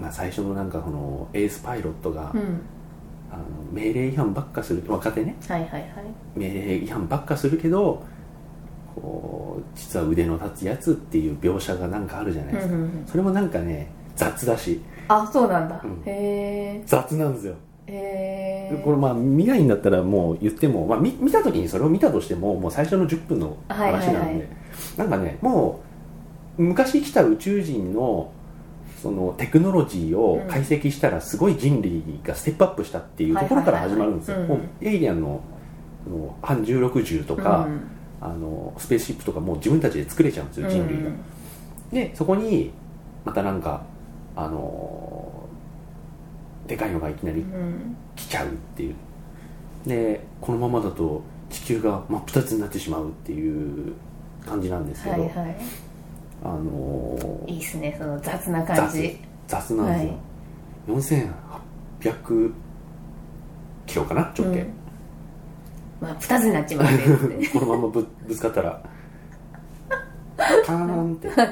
Speaker 1: まあ、最初のなんかこのエースパイロットが、
Speaker 2: うん
Speaker 1: あの命令違反ばっかする若手ね
Speaker 2: はいはいはい
Speaker 1: 命令違反ばっかするけどこう実は腕の立つやつっていう描写がなんかあるじゃないです
Speaker 2: うん
Speaker 1: か、
Speaker 2: うんうん
Speaker 1: それもなんかね雑だし
Speaker 2: あそうなんだ
Speaker 1: うん
Speaker 2: へ
Speaker 1: 雑なんですよ、
Speaker 2: えへえ
Speaker 1: これまあ見ないんだったらもう言っても、まあ、見見た時にそれを見たとしてももう最初の10分の話なんで、
Speaker 2: はいはいはい
Speaker 1: なんかねもう昔来た宇宙人のそのテクノロジーを解析したらすごい人類がステップアップしたっていうところから
Speaker 2: はい
Speaker 1: 始
Speaker 2: はい
Speaker 1: まる
Speaker 2: はいはい
Speaker 1: んですよ、
Speaker 2: うん
Speaker 1: もうエイリアンのその半1610とか、
Speaker 2: うん
Speaker 1: あのスペースシップとかもう自分たちで作れちゃうんですよ人類が、でそこにまたなんかあのでかいのがいきなり
Speaker 2: うん
Speaker 1: 来ちゃうっていうでこのままだと地球が真っ二つになってしまうっていう感じなんですけ
Speaker 2: は
Speaker 1: ど、
Speaker 2: いは
Speaker 1: あのー
Speaker 2: いいいっすねその雑な感じ
Speaker 1: 雑なんですよ、4800キロかな直
Speaker 2: う
Speaker 1: 径
Speaker 2: ん、まあ二つになっちまう よって
Speaker 1: このままぶぶつかったらパーンって
Speaker 2: はい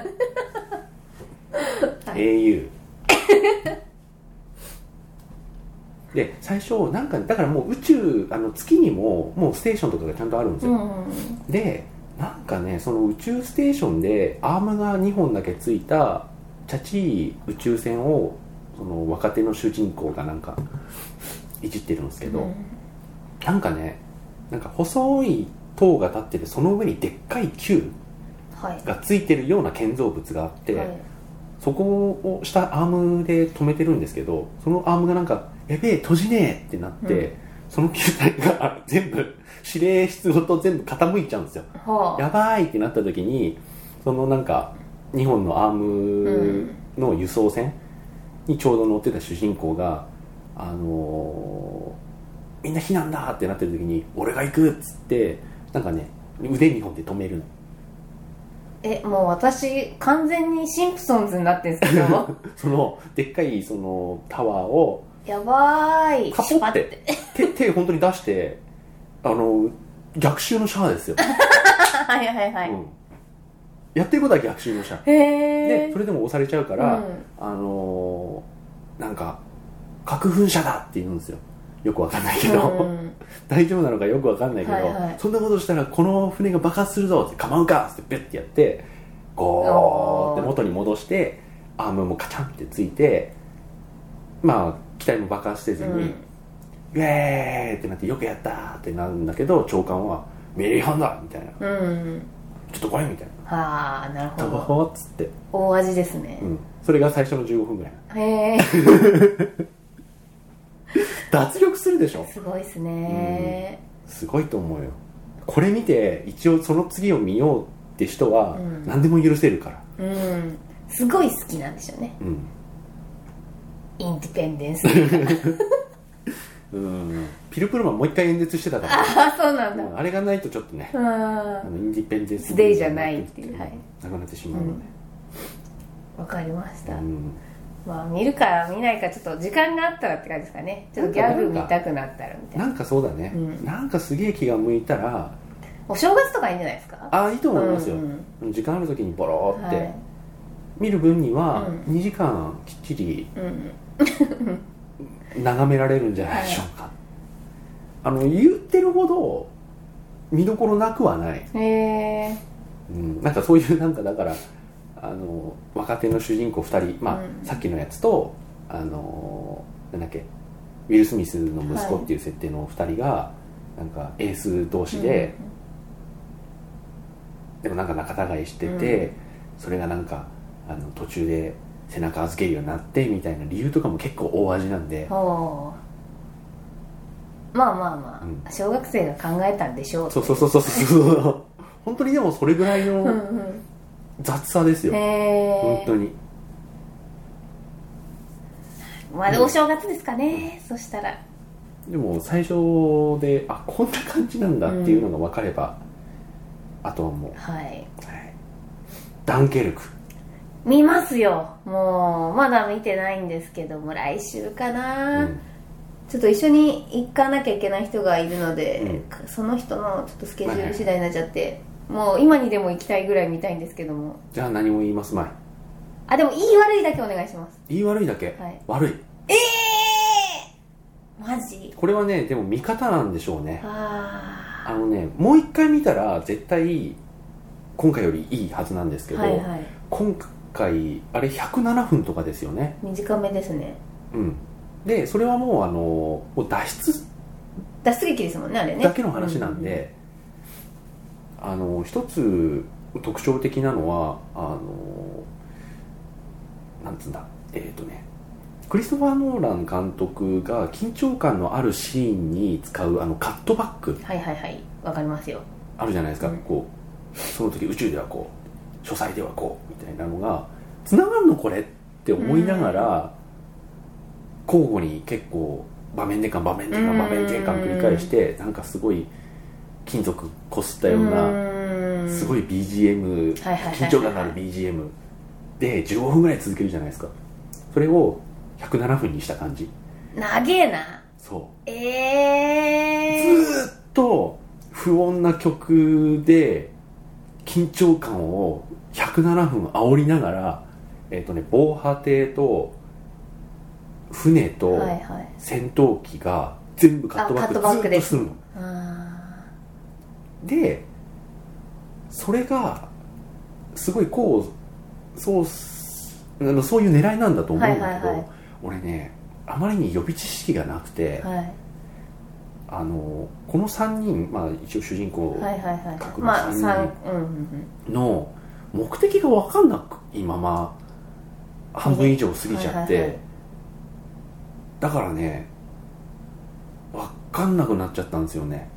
Speaker 1: au で最初なんかだからもう宇宙あの月にももうステーションとかがちゃんとあるんです
Speaker 2: う
Speaker 1: よ、
Speaker 2: んうん
Speaker 1: でなんかねその宇宙ステーションでアームが2本だけついたチャチい宇宙船をその若手の主人公がなんかいじってるんですけど、
Speaker 2: うん
Speaker 1: なんかねなんか細い塔が立っててその上にでっかい球
Speaker 2: はい
Speaker 1: がついてるような建造物があって、
Speaker 2: はい
Speaker 1: そこを下アームで止めてるんですけどそのアームがなんか「やべえ閉じねえ!」ってなって、
Speaker 2: う
Speaker 1: その球体が全部指令室ごと全部傾いちゃうんですよ
Speaker 2: は
Speaker 1: やばいってなった時にそのなんか2本のアームの輸送船にちょうど乗ってた主人公が「あのーみんな避難だ!」ってなってる時に「俺が行く!」っつってなんかね腕2本で止めるの
Speaker 2: えもう私完全にシンプソンズになってんすけ ど
Speaker 1: そのでっかいそのタワーを
Speaker 2: やばーい
Speaker 1: カポって手手本当に出してあの逆襲のシャアですよ、
Speaker 2: シュパッはいはいはい、
Speaker 1: うんやってることは逆襲のシャア
Speaker 2: へ
Speaker 1: で
Speaker 2: え
Speaker 1: それでも押されちゃうから、あのーなんか核噴射だって言うんですよよくわかんないけど、 大丈夫なのかよくわかんないけど、
Speaker 2: はいはい
Speaker 1: そんなことしたらこの船が爆発するぞって構うかってビュッてやってゴーって元に戻してアームもカチャンってついてまあ機体も爆発せずに、イエーイってなってよくやったーってなるんだけど長官は命令違反だみたいな
Speaker 2: うん、うん、
Speaker 1: ちょっと来いみたいな
Speaker 2: はあなる
Speaker 1: ド
Speaker 2: ほ
Speaker 1: ボ
Speaker 2: ど
Speaker 1: ホーっつって、
Speaker 2: 大味ですね
Speaker 1: う、ん、それが最初の15分ぐらい
Speaker 2: へえ
Speaker 1: 脱力するでしょ
Speaker 2: すごいっすね
Speaker 1: すごいと思うよこれ見て一応その次を見ようって人は
Speaker 2: うん
Speaker 1: 何でも許せるから
Speaker 2: うん、すごい好きなんでしょうね
Speaker 1: うん
Speaker 2: インディペンデンス あ
Speaker 1: うんピルプルマンもう一回演説してたから
Speaker 2: あそうなんだ
Speaker 1: うんあれがないとちょっとねあ
Speaker 2: うん
Speaker 1: のインディペンデンス
Speaker 2: ステイじゃないっていうはい
Speaker 1: なくなってしまうので、
Speaker 2: わかりまし
Speaker 1: う
Speaker 2: た、
Speaker 1: ん
Speaker 2: まあ見るか見ないかちょっと時間があったらって感じですかねちょっとギャグ見たくなったらみたいな
Speaker 1: なんかそうだね、
Speaker 2: うん
Speaker 1: なんかすげえ気が向いたら
Speaker 2: お正月とかいいんじゃないですか
Speaker 1: ああいいと思いますよ、
Speaker 2: うん
Speaker 1: 時間ある時にボロ
Speaker 2: うん
Speaker 1: ーって、
Speaker 2: はい
Speaker 1: 見る分には
Speaker 2: う
Speaker 1: 2時間きっちり
Speaker 2: うん
Speaker 1: 眺められるんじゃないでしょうか、あの言ってるほど見どころなくはない、
Speaker 2: へえ
Speaker 1: うん、なんかそういうなんかだからあの若手の主人公2人、まあ
Speaker 2: うん
Speaker 1: さっきのやつとあのなんだっけウィル・スミスの息子っていう設定の2人が、なんかエース同士で、でもなんか仲違いしてて、それがなんかあの途中で背中預けるようになってみたいな理由とかも結構大味なんで
Speaker 2: うん、おーまあまあまあ、
Speaker 1: うん
Speaker 2: 小学生が考えたんでしょう
Speaker 1: そうそうそうそうそう本当にでもそれぐらい
Speaker 2: うん
Speaker 1: の雑さです
Speaker 2: うん
Speaker 1: よ、
Speaker 2: へ
Speaker 1: 本当
Speaker 2: え
Speaker 1: に
Speaker 2: まあでお正月ですかね、そしたら
Speaker 1: でも最初であこんな感じなんだっていうのが分かれば、あとはもう
Speaker 2: はい
Speaker 1: はいダンケルク
Speaker 2: 見ますよもうまだ見てないんですけども来週かな、
Speaker 1: うん
Speaker 2: ちょっと一緒に行かなきゃいけない人がいるので、その人のちょっとスケジュール次第になっちゃって、もう今にでも行きたいぐらい見たいんですけども
Speaker 1: じゃあ何も言いますまい
Speaker 2: あでも言い悪いだけお願いします
Speaker 1: 言い悪いだけ、
Speaker 2: はい
Speaker 1: 悪い
Speaker 2: ええー、マジ
Speaker 1: これはねでも見方なんでしょうね
Speaker 2: あ
Speaker 1: あのねもう一回見たら絶対今回よりいいはずなんです
Speaker 2: あ
Speaker 1: けど、
Speaker 2: はいはい
Speaker 1: 今回あれ107分とかですよね
Speaker 2: 短めですね
Speaker 1: うんでそれはもうあのもう脱出
Speaker 2: 脱出劇ですもんねあれね
Speaker 1: だけの話なんで、あの一つ特徴的なのはあのなんつうんだえっ、とねクリストファー・ノーラン監督が緊張感のあるシーンに使うあのカットバック
Speaker 2: うんはいはいはいわかりますよ
Speaker 1: あるじゃないですか、
Speaker 2: うん
Speaker 1: こうその時宇宙ではこう書斎ではこうみたいなのがつながるのこれって思いながら、交互に結構場面転換場面転
Speaker 2: うん
Speaker 1: 換場面転換繰り返して、なんかすごい金属こすったような、
Speaker 2: な
Speaker 1: す
Speaker 2: い
Speaker 1: ごい BGM
Speaker 2: はいはいはい
Speaker 1: 緊張感のある BGM で15分ぐらい続けるじゃないですかそれを107分にした感じ
Speaker 2: 長えな
Speaker 1: そう
Speaker 2: ええ
Speaker 1: ずーっと不穏な曲で緊張感を107分煽りながら、えっとね、防波堤と船
Speaker 2: ー、
Speaker 1: と
Speaker 2: はいはい
Speaker 1: 戦闘機が全部カットバック
Speaker 2: あカットバッ
Speaker 1: ずーっ
Speaker 2: クで
Speaker 1: とするの
Speaker 2: あ
Speaker 1: でそれがすごいこうそうすあのそういう狙いなんだと思うんだけど、
Speaker 2: はいはいはい
Speaker 1: 俺ねあまりに予備知識がなくて、
Speaker 2: あはい
Speaker 1: あのこの3人、まあ、一応主人公
Speaker 2: はいはいはい
Speaker 1: 各々
Speaker 2: まあ
Speaker 1: 三
Speaker 2: 三うんうんうん
Speaker 1: の目的が分かんなく今ま半分以上過ぎちゃって、
Speaker 2: はいはいはい
Speaker 1: だからね分かんなくなっちゃったんですよね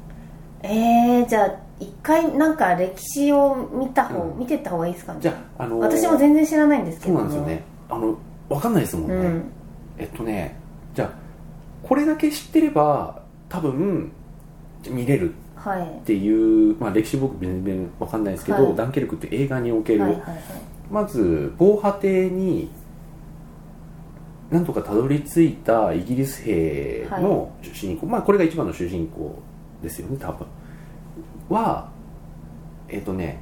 Speaker 2: えー、じゃあ一回なんか歴史を見た方、
Speaker 1: うん
Speaker 2: 見てった方がいいですかね
Speaker 1: じゃああの
Speaker 2: 私も全然知らないんですけ
Speaker 1: そう
Speaker 2: ど
Speaker 1: なんですよねあの分かんないですもんね、
Speaker 2: うん
Speaker 1: えっとねじゃあこれだけ知ってれば多分見れる
Speaker 2: はい
Speaker 1: っていう、まあ、歴史僕全然分かんないですけど、
Speaker 2: はい
Speaker 1: ダンケルクって映画における、
Speaker 2: はいはいはい
Speaker 1: まず防波堤になんとかたどり着いたイギリス兵の主人公、まあこれが一番の主人公ですよね多分はえっ、とね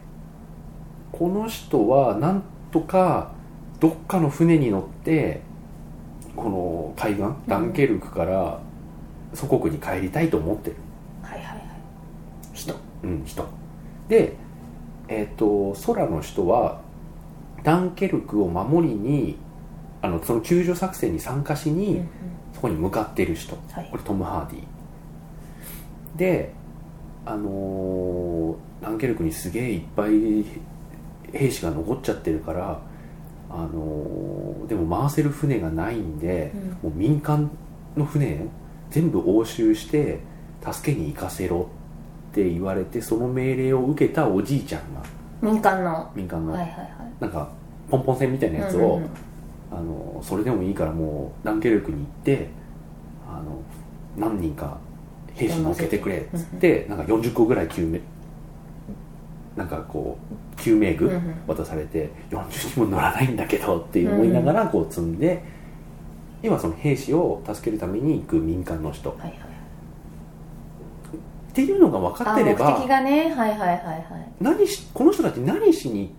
Speaker 1: この人はなんとかどっかの船に乗ってこの海岸ダンケルクから祖国に帰りたいと思ってる
Speaker 2: はいはいはい人
Speaker 1: うん、人で、えっと空の人はダンケルクを守りにあのその救助作戦に参加し
Speaker 2: う
Speaker 1: に、
Speaker 2: んうん
Speaker 1: そこに向かっている人
Speaker 2: はい
Speaker 1: これトム・ハーディであのーダンケルクにすげえいっぱい兵士が残っちゃってるから、あのーでも回せる船がないんで、もう民間の船全部押収して助けに行かせろって言われてその命令を受けたおじいちゃんが
Speaker 2: うん民間の
Speaker 1: 民間の、
Speaker 2: はいはいは
Speaker 1: なんかポンポン船みたい
Speaker 2: い
Speaker 1: なやつを、
Speaker 2: うんうん
Speaker 1: あのそれでもいいからもうダンケルクに行ってあの何人か兵士乗っけてくれっつって、なんか40個ぐらい救命なんかこう救命具、
Speaker 2: うんうん
Speaker 1: 渡されて40人も乗らないんだけどって思いながらこう積んで、今その兵士を助けるために行く民間の人っ
Speaker 2: はいはい
Speaker 1: ていうのが分か
Speaker 2: あ
Speaker 1: ってれ
Speaker 2: 目
Speaker 1: ば
Speaker 2: 的がねはいはいはいはい
Speaker 1: 何しこの人たち何しに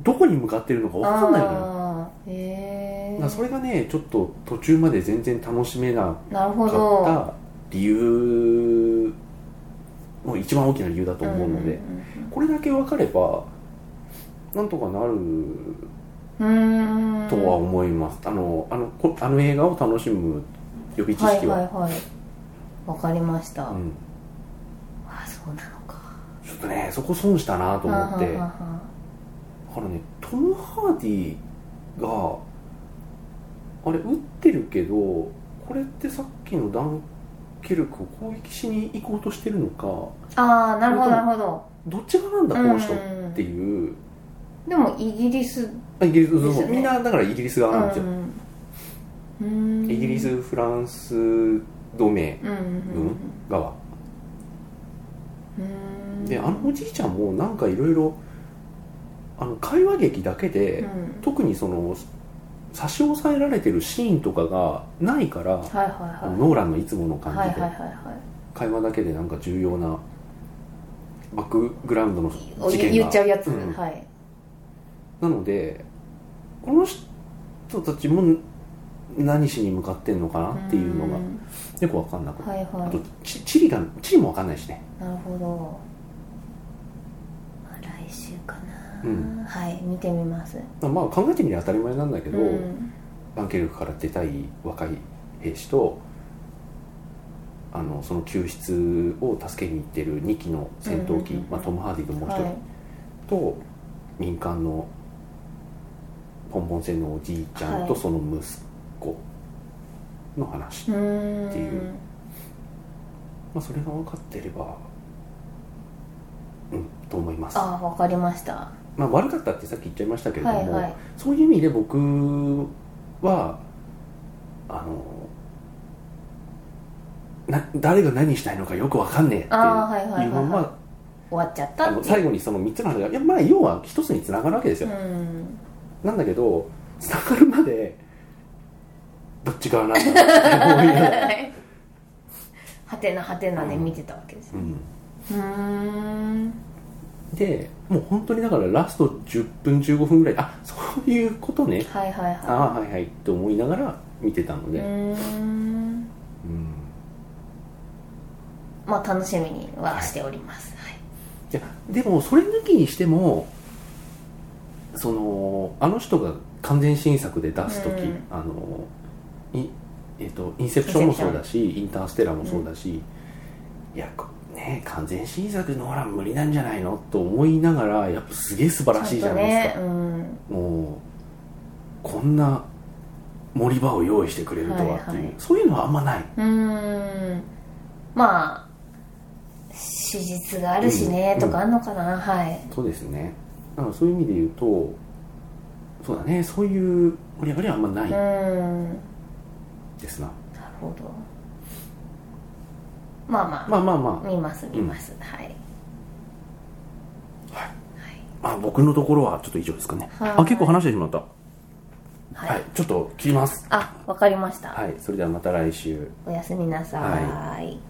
Speaker 1: どこに向かってるのか分かんないのよ
Speaker 2: あーへ
Speaker 1: だ
Speaker 2: え
Speaker 1: からそれがねちょっと途中まで全然楽しめな
Speaker 2: なる
Speaker 1: か
Speaker 2: ほど
Speaker 1: った理由もう一番大きな理由だと思うので、
Speaker 2: んんんん
Speaker 1: これだけ分かればなんとかなる
Speaker 2: うーん
Speaker 1: とは思います、あのあのこあの映画を楽しむ予備知
Speaker 2: はい
Speaker 1: 識は,、
Speaker 2: はいはいわかりました、
Speaker 1: うん、
Speaker 2: あそうなのか
Speaker 1: ちょっとねそこ損したなと思ってだ
Speaker 2: はあはあはあは
Speaker 1: からねトム・ハーディがあれ撃ってるけどこれってさっきのダンケルクを攻撃しに行こうとしてるのか
Speaker 2: ああなるほどなるほど
Speaker 1: どっちがなんだこの人っ
Speaker 2: うん
Speaker 1: ていう
Speaker 2: でもイギリス
Speaker 1: あイギリス
Speaker 2: です
Speaker 1: そ
Speaker 2: よ
Speaker 1: う
Speaker 2: ね
Speaker 1: みんなだからイギリス側なんですよ、
Speaker 2: うんうん
Speaker 1: イギリスフランス同盟
Speaker 2: うんうん
Speaker 1: 側
Speaker 2: うんうん
Speaker 1: であのおじいちゃんもなんかいろいろあの会話劇だけで、
Speaker 2: うん
Speaker 1: 特にその差し押さえられてるシーンとかがないから、
Speaker 2: はいはいはい
Speaker 1: ノーランのいつもの
Speaker 2: はい
Speaker 1: 感
Speaker 2: は
Speaker 1: じ
Speaker 2: い
Speaker 1: で、
Speaker 2: はいはい
Speaker 1: 会話だけでなんか重要なバックグラウンドの
Speaker 2: お
Speaker 1: 事
Speaker 2: 言
Speaker 1: 件
Speaker 2: 言
Speaker 1: が
Speaker 2: っちゃうやつ、
Speaker 1: うん
Speaker 2: はい
Speaker 1: なのでこの人たちも何しに向かってんのかなっていうのがよ
Speaker 2: ん
Speaker 1: く分かんなくて、
Speaker 2: はいは
Speaker 1: あと
Speaker 2: い
Speaker 1: チチリがチリも分かんないしね
Speaker 2: なるほどまあ来週かな、
Speaker 1: うん
Speaker 2: はい見てみます
Speaker 1: まあ考えてみりゃ当たり前なんだけど、
Speaker 2: うん
Speaker 1: バンケルクから出たい若い兵士とあのその救出を助けに行ってる2機の戦闘機、
Speaker 2: うんうんうんうん
Speaker 1: まあ、トム・ハーディともう一
Speaker 2: は
Speaker 1: 人、
Speaker 2: い
Speaker 1: と民間のポンポン船のおじいちゃんと
Speaker 2: はい
Speaker 1: その息子の話、
Speaker 2: うーん
Speaker 1: っていうまあ、それが分かってればうんと思います
Speaker 2: ああわかりました
Speaker 1: まあ、悪かったってさっき言っちゃいましたけれど
Speaker 2: はい
Speaker 1: も、
Speaker 2: はい
Speaker 1: そういう意味で僕はあのな誰が何したいのかよくわかんねえっていう
Speaker 2: ああはいはいはい、
Speaker 1: まん
Speaker 2: はい、
Speaker 1: ま
Speaker 2: 終わっちゃった
Speaker 1: あ
Speaker 2: っ
Speaker 1: の
Speaker 2: てい
Speaker 1: 最
Speaker 2: う
Speaker 1: 後にその3つの話がいやまあ要は一つにつながるわけです
Speaker 2: う
Speaker 1: よ、
Speaker 2: ん
Speaker 1: なんだけどつながるまでどっち側なんだろうって思いながら
Speaker 2: はてなはてなで見てたわけです
Speaker 1: う
Speaker 2: ね
Speaker 1: ん
Speaker 2: うーん
Speaker 1: でもう本当にだからラスト10分15分ぐらいあそういうことね
Speaker 2: はいはい
Speaker 1: あ
Speaker 2: は
Speaker 1: あはいはいって思いながら見てたの
Speaker 2: い
Speaker 1: で、
Speaker 2: うーん
Speaker 1: うん
Speaker 2: まあ楽しみにはしておりますはい
Speaker 1: いやでもそれ抜きにしてもそのあの人が完全新作で出す時、
Speaker 2: うん
Speaker 1: あのいえっとインセプションもそうだしインターステラーもそうだし、いやこね完全新作ノーラン無理なんじゃないのと思いながらやっぱすげえ素晴らしいじゃないです
Speaker 2: ち
Speaker 1: か、
Speaker 2: ゃんとね
Speaker 1: もうこんな盛り場を用意してくれるとはっていう、
Speaker 2: はいはい
Speaker 1: そういうのはあんまない、
Speaker 2: うんうーんまあ史実があるしね
Speaker 1: うん
Speaker 2: とかあんのかな、はい
Speaker 1: そうですねだからそういう意味で言うとそうだねそういう盛り上がりはあんまな
Speaker 2: う
Speaker 1: い
Speaker 2: ん
Speaker 1: ですな、
Speaker 2: なるほどまあまあ、
Speaker 1: まあまあま
Speaker 2: 見ます見ます、はい
Speaker 1: あ、はい
Speaker 2: はい
Speaker 1: まあ、僕のところはちょっと以上ですかね、
Speaker 2: はい
Speaker 1: あ結構話してしまったは、
Speaker 2: はいい、
Speaker 1: ちょっと切ります
Speaker 2: あわかりました、
Speaker 1: はいそれではまた来週
Speaker 2: おやすみなさーい